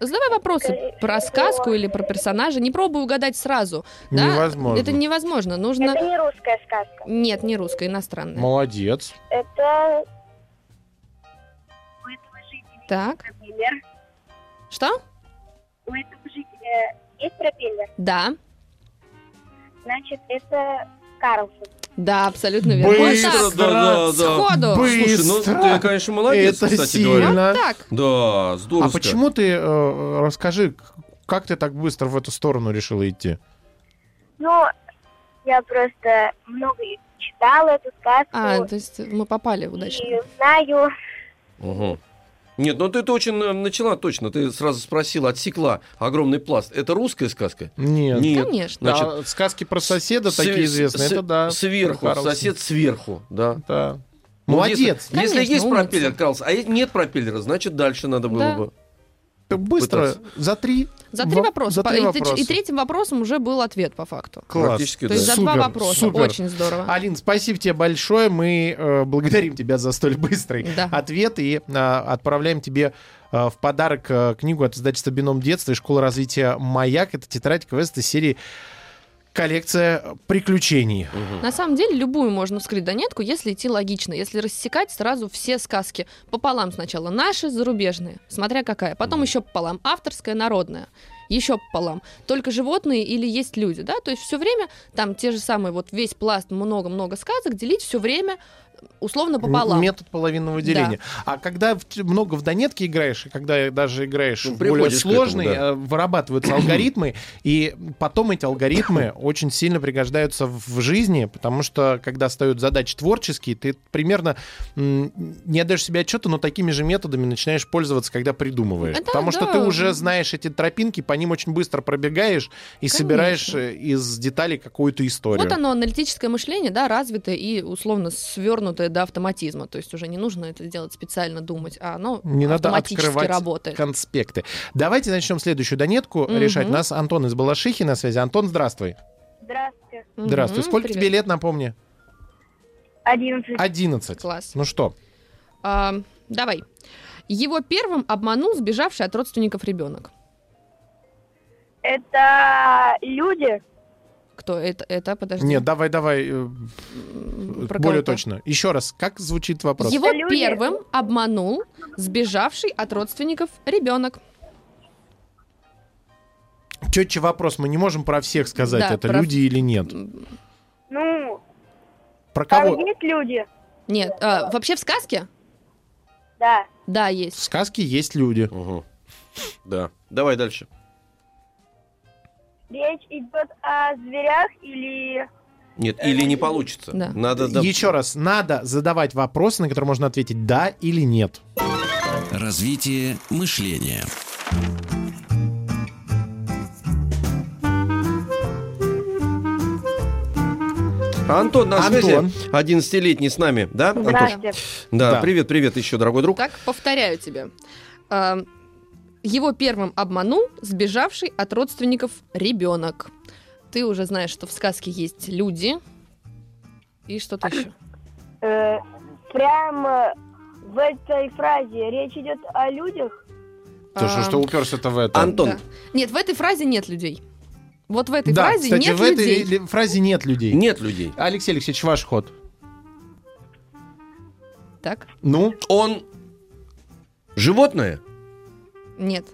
[SPEAKER 4] Задавай вопросы про сказку или про персонажа. Не пробуй угадать сразу. Да,
[SPEAKER 3] Невозможно.
[SPEAKER 4] Это невозможно. Нужно...
[SPEAKER 5] это не русская сказка.
[SPEAKER 4] Нет, не русская, иностранная.
[SPEAKER 3] Молодец.
[SPEAKER 5] Это
[SPEAKER 4] Так.
[SPEAKER 5] пропеллер.
[SPEAKER 4] Что?
[SPEAKER 5] У этого жителя есть пропеллер.
[SPEAKER 4] Да.
[SPEAKER 5] Значит, это Карлсон.
[SPEAKER 4] Да, абсолютно верно.
[SPEAKER 3] Быстро,
[SPEAKER 4] Вот так.
[SPEAKER 3] да, да,
[SPEAKER 4] Сходу.
[SPEAKER 2] Слушай, ну
[SPEAKER 3] Быстро.
[SPEAKER 2] ты, конечно, молодец,
[SPEAKER 3] Это
[SPEAKER 2] кстати
[SPEAKER 3] сильно.
[SPEAKER 2] говоря.
[SPEAKER 4] Вот
[SPEAKER 3] Правильно.
[SPEAKER 4] так.
[SPEAKER 2] Да,
[SPEAKER 3] А
[SPEAKER 2] здорово.
[SPEAKER 3] почему ты, э, расскажи, к- как ты так быстро в эту сторону решила идти?
[SPEAKER 5] Ну, я просто много читала эту сказку.
[SPEAKER 4] А, то есть мы попали удачно.
[SPEAKER 5] и знаю.
[SPEAKER 2] Мгм. Нет, ну ты очень э, начала точно. Ты сразу спросила, отсекла огромный пласт. Это русская сказка?
[SPEAKER 3] Нет.
[SPEAKER 4] Конечно.
[SPEAKER 2] значит,
[SPEAKER 3] Да, а сказки про соседа
[SPEAKER 2] С-
[SPEAKER 3] такие
[SPEAKER 2] с-
[SPEAKER 3] известные.
[SPEAKER 2] с-
[SPEAKER 3] это да.
[SPEAKER 2] Сверху,
[SPEAKER 3] Карлсон.
[SPEAKER 2] сосед сверху, да.
[SPEAKER 3] Да.
[SPEAKER 2] Ну,
[SPEAKER 3] Молодец.
[SPEAKER 2] Если, если
[SPEAKER 4] Конечно,
[SPEAKER 2] есть
[SPEAKER 4] умница.
[SPEAKER 2] пропеллер, Карлсон, а если нет пропеллера, значит дальше надо было
[SPEAKER 4] Да.
[SPEAKER 2] бы.
[SPEAKER 3] Ты быстро за три.
[SPEAKER 4] За три
[SPEAKER 3] во-
[SPEAKER 4] вопроса.
[SPEAKER 3] За три
[SPEAKER 4] По- и,
[SPEAKER 3] вопроса.
[SPEAKER 4] т- и третьим вопросом уже был ответ по факту.
[SPEAKER 3] Класс.
[SPEAKER 2] Практически,
[SPEAKER 4] То
[SPEAKER 2] да.
[SPEAKER 4] есть за два
[SPEAKER 3] Супер,
[SPEAKER 4] вопроса.
[SPEAKER 3] супер.
[SPEAKER 4] Очень здорово.
[SPEAKER 3] Алин, спасибо тебе большое. Мы э, благодарим тебя за столь быстрый
[SPEAKER 4] Да.
[SPEAKER 3] ответ и э, отправляем тебе э, в подарок э, книгу от издательства «Бином детства» и «Школа развития Маяк». Это тетрадь квест из серии «Коллекция приключений».
[SPEAKER 4] На самом деле любую можно вскрыть донетку, если идти логично, если рассекать сразу все сказки пополам сначала наши, зарубежные, смотря какая, потом еще пополам авторская, народная, еще пополам только животные или есть люди, да, то есть все время там те же самые вот весь пласт много-много сказок делить все время условно пополам.
[SPEAKER 3] Метод половинного деления. А когда в- много в Донетке играешь, и когда даже играешь
[SPEAKER 2] Ну,
[SPEAKER 3] в более
[SPEAKER 2] приводишь к этому,
[SPEAKER 3] сложный,
[SPEAKER 2] да.
[SPEAKER 3] э, вырабатываются алгоритмы, и потом эти алгоритмы очень сильно пригождаются в жизни, потому что когда встают задачи творческие, ты примерно м, не отдаешь себе отчета, но такими же методами начинаешь пользоваться, когда придумываешь.
[SPEAKER 4] Да,
[SPEAKER 3] потому что
[SPEAKER 4] да.
[SPEAKER 3] ты уже знаешь эти тропинки, по ним очень быстро пробегаешь и
[SPEAKER 4] Конечно.
[SPEAKER 3] собираешь э, из деталей какую-то историю.
[SPEAKER 4] Вот оно, аналитическое мышление, да, развитое и условно свернутое до автоматизма. То есть уже не нужно это делать специально думать, а оно
[SPEAKER 3] Не надо
[SPEAKER 4] автоматически
[SPEAKER 3] открывать
[SPEAKER 4] работает.
[SPEAKER 3] конспекты. Давайте начнем следующую донетку
[SPEAKER 4] Мгм.
[SPEAKER 3] решать. У нас Антон из Балашихи на связи. Антон, здравствуй.
[SPEAKER 5] Здравствуйте.
[SPEAKER 4] Мгм,
[SPEAKER 3] здравствуй. Сколько
[SPEAKER 4] привет.
[SPEAKER 3] тебе лет, напомни?
[SPEAKER 5] 11.
[SPEAKER 3] А 11.
[SPEAKER 4] Класс.
[SPEAKER 3] Ну что,
[SPEAKER 4] А, давай. Его первым обманул сбежавший от родственников ребенок.
[SPEAKER 5] Это люди.
[SPEAKER 4] Кто это? Это, подожди.
[SPEAKER 3] нет, давай, давай, э,
[SPEAKER 4] М, про
[SPEAKER 3] более
[SPEAKER 4] кого-то.
[SPEAKER 3] точно. Еще раз, как звучит вопрос?
[SPEAKER 4] Его
[SPEAKER 5] Люди.
[SPEAKER 4] первым обманул сбежавший от родственников ребенок.
[SPEAKER 3] Четче вопрос, мы не можем про всех сказать,
[SPEAKER 4] Да,
[SPEAKER 3] это
[SPEAKER 4] про-
[SPEAKER 3] люди или нет.
[SPEAKER 4] М,
[SPEAKER 5] Ну,
[SPEAKER 3] Про
[SPEAKER 5] там
[SPEAKER 3] кого?
[SPEAKER 5] есть люди.
[SPEAKER 4] Нет, а, вообще в сказке?
[SPEAKER 5] Да.
[SPEAKER 4] Да,
[SPEAKER 3] В
[SPEAKER 4] есть.
[SPEAKER 3] сказке есть люди.
[SPEAKER 2] Мгм. Да. Давай дальше.
[SPEAKER 5] Речь идет о зверях или...
[SPEAKER 2] Нет, или не получится.
[SPEAKER 4] Да.
[SPEAKER 2] Надо да,
[SPEAKER 3] Еще раз, надо задавать вопросы, на которые можно ответить да или нет.
[SPEAKER 1] Развитие мышления.
[SPEAKER 2] Антон на
[SPEAKER 3] Антон.
[SPEAKER 2] связи. 11-летний с нами, да? Антош?
[SPEAKER 4] Да.
[SPEAKER 5] Здравствуйте.
[SPEAKER 2] Да,
[SPEAKER 3] Да.
[SPEAKER 2] привет, привет еще, дорогой друг.
[SPEAKER 4] Так, повторяю тебе. А, его первым обманул сбежавший от родственников ребенок. ты уже знаешь, что в сказке есть люди и что-то еще.
[SPEAKER 6] Э, прямо в этой фразе речь идет о людях.
[SPEAKER 3] То, что, что уперся-то в это.
[SPEAKER 2] Антон,
[SPEAKER 4] да. Нет, в этой фразе нет людей. Вот в этой
[SPEAKER 3] да,
[SPEAKER 4] фразе
[SPEAKER 3] кстати,
[SPEAKER 4] нет
[SPEAKER 3] в этой
[SPEAKER 4] людей.
[SPEAKER 3] ли- фразе нет людей.
[SPEAKER 2] нет людей.
[SPEAKER 3] Алексей Алексеевич, ваш ход.
[SPEAKER 4] Так?
[SPEAKER 3] Ну,
[SPEAKER 2] Он животное?
[SPEAKER 4] Нет.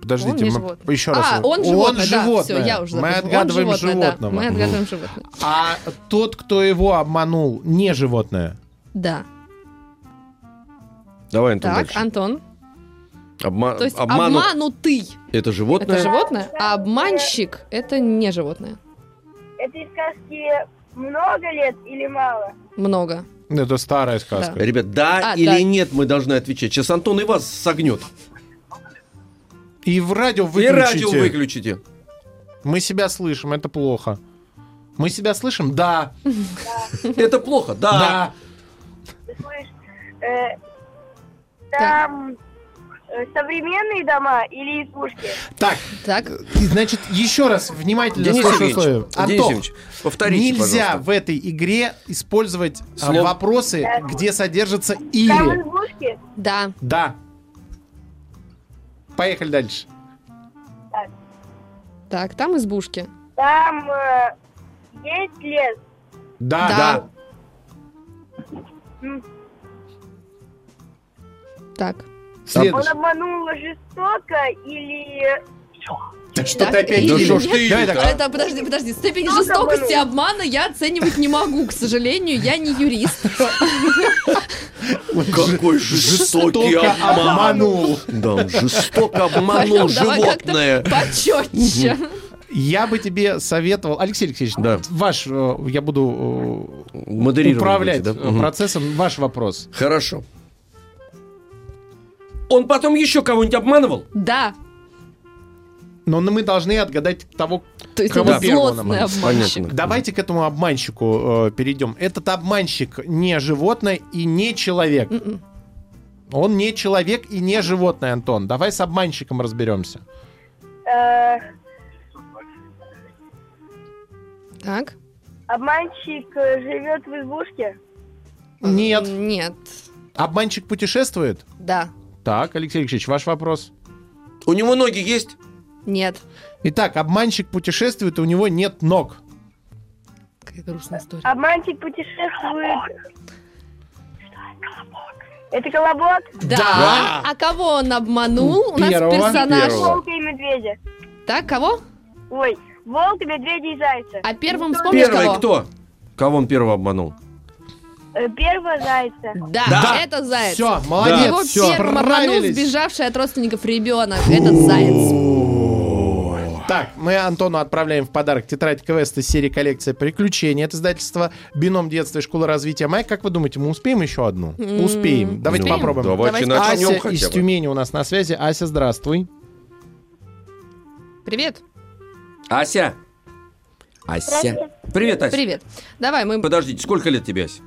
[SPEAKER 3] подождите,
[SPEAKER 4] не
[SPEAKER 3] мы
[SPEAKER 4] животное.
[SPEAKER 3] еще раз.
[SPEAKER 4] А,
[SPEAKER 3] его-
[SPEAKER 4] он животное, да,
[SPEAKER 3] животное.
[SPEAKER 4] всё, я уже
[SPEAKER 3] Мы
[SPEAKER 4] забыла. Он
[SPEAKER 3] отгадываем
[SPEAKER 4] животное, да,
[SPEAKER 3] животного.
[SPEAKER 4] мы отгадываем животное.
[SPEAKER 3] А тот, кто его обманул, не животное.
[SPEAKER 4] Да.
[SPEAKER 3] Ну,
[SPEAKER 2] Давай, Антон,
[SPEAKER 4] Так,
[SPEAKER 2] дальше.
[SPEAKER 4] Антон.
[SPEAKER 2] Обма-
[SPEAKER 4] То есть
[SPEAKER 2] обману-
[SPEAKER 4] обманутый
[SPEAKER 2] Это животное?
[SPEAKER 4] это животное, а обманщик это не животное.
[SPEAKER 6] Этой сказки много лет или мало?
[SPEAKER 4] Много.
[SPEAKER 3] Ну, Это старая сказка.
[SPEAKER 2] Ребят, да
[SPEAKER 4] А,
[SPEAKER 2] или
[SPEAKER 4] да.
[SPEAKER 2] нет, мы должны отвечать. Сейчас Антон и вас согнет.
[SPEAKER 3] И в радио
[SPEAKER 2] Вы
[SPEAKER 3] выключите.
[SPEAKER 2] радио выключите.
[SPEAKER 3] Мы себя слышим, это плохо. Мы себя слышим? Да.
[SPEAKER 2] Это плохо, да.
[SPEAKER 6] Ты слышишь? Э,
[SPEAKER 4] Так.
[SPEAKER 6] там э, современные дома или избушки?
[SPEAKER 3] Так,
[SPEAKER 4] Так,
[SPEAKER 3] и, значит, еще раз внимательно
[SPEAKER 2] Денис
[SPEAKER 3] слушаю
[SPEAKER 2] Евгеньевич,
[SPEAKER 3] условия.
[SPEAKER 2] Денис
[SPEAKER 3] Антон,
[SPEAKER 2] Евгеньевич, повторите,
[SPEAKER 3] А нельзя
[SPEAKER 2] пожалуйста.
[SPEAKER 3] в этой игре использовать а,
[SPEAKER 2] Слово.
[SPEAKER 3] вопросы, где содержится
[SPEAKER 6] Там
[SPEAKER 3] или.
[SPEAKER 6] избушки?
[SPEAKER 4] да.
[SPEAKER 3] Да. Поехали дальше.
[SPEAKER 4] Так, там избушки.
[SPEAKER 6] Там э, есть лес?
[SPEAKER 3] Да.
[SPEAKER 4] Да. Так.
[SPEAKER 6] Он
[SPEAKER 3] Следующий.
[SPEAKER 6] обманул жестоко или...
[SPEAKER 3] Да Ну что
[SPEAKER 4] Так,
[SPEAKER 3] ты опять
[SPEAKER 4] и-
[SPEAKER 3] делаешь?
[SPEAKER 4] Да что ж ты
[SPEAKER 3] Давай так,
[SPEAKER 4] Это, подожди, подожди. Степень жестокости обмана я оценивать не могу, к сожалению, я не юрист.
[SPEAKER 2] Какой жестокий
[SPEAKER 3] Только
[SPEAKER 2] обман.
[SPEAKER 3] обманул.
[SPEAKER 2] Да, он жестоко обманул
[SPEAKER 4] Понял, давай как-то
[SPEAKER 2] животное.
[SPEAKER 4] Почетче.
[SPEAKER 3] Я бы тебе советовал, Алексей Алексеевич,
[SPEAKER 2] Да.
[SPEAKER 3] ваш, э, я буду э,
[SPEAKER 2] Модерировать
[SPEAKER 3] управлять
[SPEAKER 2] будете, да?
[SPEAKER 3] э,
[SPEAKER 2] Мгм.
[SPEAKER 3] процессом, ваш вопрос.
[SPEAKER 2] Хорошо. Он потом еще кого-нибудь обманывал?
[SPEAKER 4] Да.
[SPEAKER 3] Но мы должны отгадать того,
[SPEAKER 4] То есть
[SPEAKER 3] Кого
[SPEAKER 4] это
[SPEAKER 3] первого
[SPEAKER 4] злостный
[SPEAKER 3] намазать?
[SPEAKER 4] обманщик.
[SPEAKER 3] Давайте к этому обманщику э, перейдем. Этот обманщик не животное и не человек.
[SPEAKER 4] Мгм.
[SPEAKER 3] Он не человек и не животное, Антон. Давай с обманщиком разберемся.
[SPEAKER 6] э,
[SPEAKER 4] Так.
[SPEAKER 6] обманщик э, живет в избушке?
[SPEAKER 3] Нет.
[SPEAKER 4] Э, Нет.
[SPEAKER 3] Обманщик путешествует?
[SPEAKER 4] Да.
[SPEAKER 3] Так, Алексей Алексеевич, ваш вопрос.
[SPEAKER 2] У него ноги есть?
[SPEAKER 4] Нет.
[SPEAKER 3] Итак, обманщик путешествует, и у него нет ног.
[SPEAKER 4] Какая грустная история.
[SPEAKER 5] А,
[SPEAKER 6] Обманщик путешествует... Это колобок?
[SPEAKER 4] Да. А кого он обманул? У нас
[SPEAKER 3] Первого.
[SPEAKER 4] персонаж.
[SPEAKER 2] Первого.
[SPEAKER 6] Волка и медведя.
[SPEAKER 4] Так, кого?
[SPEAKER 6] Ой, волк, медведя и зайца.
[SPEAKER 4] А первым
[SPEAKER 6] Ну,
[SPEAKER 4] вспомнишь
[SPEAKER 2] Первый
[SPEAKER 4] кого?
[SPEAKER 2] кто? Кого он первого обманул?
[SPEAKER 6] Э, Первого зайца.
[SPEAKER 4] Да, это заяц.
[SPEAKER 3] Все,
[SPEAKER 2] Да.
[SPEAKER 3] молодец,
[SPEAKER 4] Его
[SPEAKER 3] все,
[SPEAKER 4] первым обманул
[SPEAKER 3] справились.
[SPEAKER 4] сбежавший от родственников ребенок. Этот заяц.
[SPEAKER 3] Так, мы Антону отправляем в подарок тетрадь квеста из серии коллекция приключений. Это издательство «Бином детства и школа развития Майк». Как вы думаете, мы успеем еще одну?
[SPEAKER 4] М,
[SPEAKER 3] Успеем. Давайте
[SPEAKER 4] успеем.
[SPEAKER 3] попробуем.
[SPEAKER 2] Ну, Давайте
[SPEAKER 4] Давайте
[SPEAKER 2] начнем
[SPEAKER 3] Ася из
[SPEAKER 2] хотя бы.
[SPEAKER 3] Тюмени у нас на связи. Ася, здравствуй.
[SPEAKER 4] Привет.
[SPEAKER 2] Ася. Ася. Привет, Ася.
[SPEAKER 4] Привет. Давай, мы...
[SPEAKER 2] Подождите, сколько лет тебе, Ася?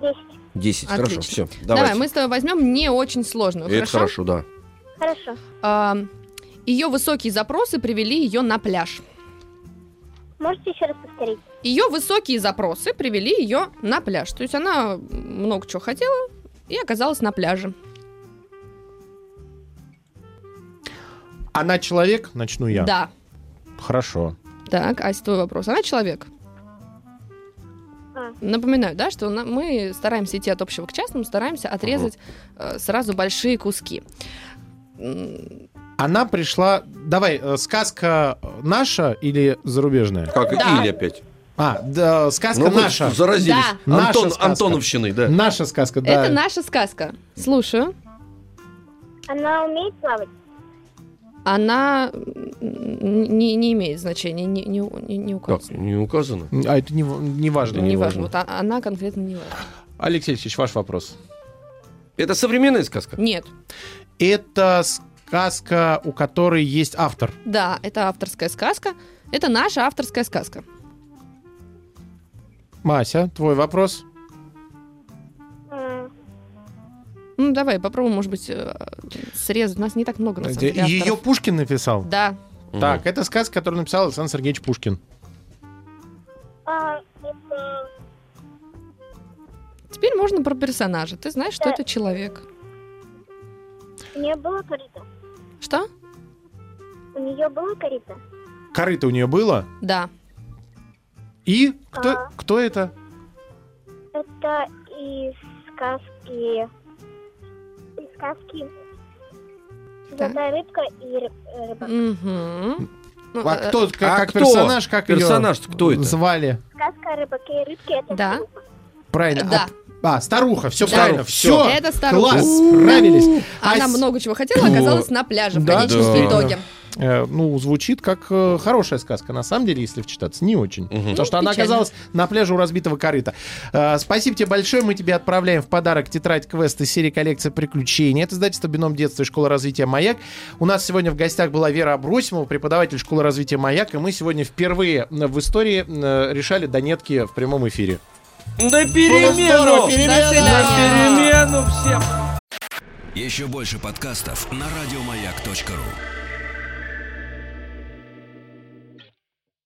[SPEAKER 5] Десять.
[SPEAKER 2] Десять. Хорошо,
[SPEAKER 4] Отлично.
[SPEAKER 2] все.
[SPEAKER 4] Давай,
[SPEAKER 2] Давайте.
[SPEAKER 4] мы с тобой возьмем не очень сложную. А,
[SPEAKER 2] Это хорошо, да.
[SPEAKER 5] Хорошо.
[SPEAKER 4] ее высокие запросы привели ее на пляж.
[SPEAKER 5] Можете еще раз повторить?
[SPEAKER 4] Ее высокие запросы привели ее на пляж. То есть она много чего хотела и оказалась на пляже.
[SPEAKER 3] Она человек? Начну я.
[SPEAKER 4] Да.
[SPEAKER 3] Хорошо.
[SPEAKER 4] Так, Ась, твой вопрос. Она человек?
[SPEAKER 5] А.
[SPEAKER 4] Напоминаю, да, что на- мы стараемся идти от общего к частному, стараемся отрезать э, сразу большие куски. М,
[SPEAKER 3] Она пришла... Давай, э, сказка наша или зарубежная?
[SPEAKER 2] Как
[SPEAKER 4] Да.
[SPEAKER 2] или опять?
[SPEAKER 3] А, да, сказка
[SPEAKER 2] Ну, вы
[SPEAKER 3] наша.
[SPEAKER 2] Заразились.
[SPEAKER 4] Да.
[SPEAKER 3] Наша
[SPEAKER 2] Антон,
[SPEAKER 3] сказка.
[SPEAKER 2] Антоновщины, да.
[SPEAKER 3] Наша сказка, да.
[SPEAKER 4] Это наша сказка. Слушаю.
[SPEAKER 5] Она умеет плавать?
[SPEAKER 4] Она м, м, не, не имеет значения, не, не, у- не- не
[SPEAKER 2] Как?
[SPEAKER 4] указана.
[SPEAKER 2] Не указано.
[SPEAKER 3] А это не, в- не важно.
[SPEAKER 4] не важно. Вот а- она конкретно не важна.
[SPEAKER 3] Алексей Алексеевич, ваш вопрос.
[SPEAKER 2] Это современная сказка?
[SPEAKER 4] Нет.
[SPEAKER 3] Это сказка, у которой есть автор.
[SPEAKER 4] Да, это авторская сказка. Это наша авторская сказка.
[SPEAKER 3] Мася, твой вопрос.
[SPEAKER 5] М,
[SPEAKER 4] Ну, давай, попробуем, может быть, э, срезать. У нас не так много, на самом деле,
[SPEAKER 3] Ее
[SPEAKER 4] авторов.
[SPEAKER 3] Пушкин написал.
[SPEAKER 4] Да,
[SPEAKER 2] Мгм.
[SPEAKER 3] Так, это сказка, которую написал Александр Сергеевич Пушкин.
[SPEAKER 5] А,
[SPEAKER 4] Теперь можно про персонажа. Ты знаешь, что
[SPEAKER 5] Да.
[SPEAKER 4] это человек.
[SPEAKER 5] нее было корита?
[SPEAKER 4] Что?
[SPEAKER 5] У нее было корита?
[SPEAKER 3] Корыто у нее было.
[SPEAKER 4] Да.
[SPEAKER 3] И кто,
[SPEAKER 5] А.
[SPEAKER 3] кто это?
[SPEAKER 5] Это из сказки... Из сказки...
[SPEAKER 4] Так.
[SPEAKER 5] Золотая рыбка и ры- э, рыба.
[SPEAKER 4] Мгм. Ну,
[SPEAKER 3] А
[SPEAKER 4] э,
[SPEAKER 3] кто, как,
[SPEAKER 2] а
[SPEAKER 3] как
[SPEAKER 2] кто?
[SPEAKER 3] персонаж, как её
[SPEAKER 2] Персонаж, кто это?
[SPEAKER 3] звали?
[SPEAKER 5] Сказка о рыбаке и рыбке это
[SPEAKER 4] Да.
[SPEAKER 5] рыба.
[SPEAKER 3] Правильно.
[SPEAKER 4] Да.
[SPEAKER 3] А, а, старуха, все
[SPEAKER 4] Да.
[SPEAKER 3] правильно, все.
[SPEAKER 4] Это старуха.
[SPEAKER 3] Класс, справились.
[SPEAKER 4] Она
[SPEAKER 3] А с-
[SPEAKER 4] много чего хотела, оказалась на пляже в
[SPEAKER 3] Да,
[SPEAKER 4] конечном
[SPEAKER 2] да.
[SPEAKER 4] итоге.
[SPEAKER 3] Э, ну, звучит как э, хорошая сказка. На самом деле, если вчитаться, не очень. Потому что она
[SPEAKER 4] печально.
[SPEAKER 3] оказалась на пляже у разбитого корыта. Э, спасибо тебе большое. Мы тебе отправляем в подарок тетрадь квеста из серии коллекция приключений. Это издательство «Бином детства» и «Школа развития Маяк». У нас сегодня в гостях была Вера Абросимова, преподаватель школы развития Маяк. И мы сегодня впервые э, в истории э, решали донетки в прямом эфире.
[SPEAKER 2] На перемену!
[SPEAKER 4] До свидания.
[SPEAKER 2] перемену всем!
[SPEAKER 1] Еще больше подкастов на радиомаяк.ру.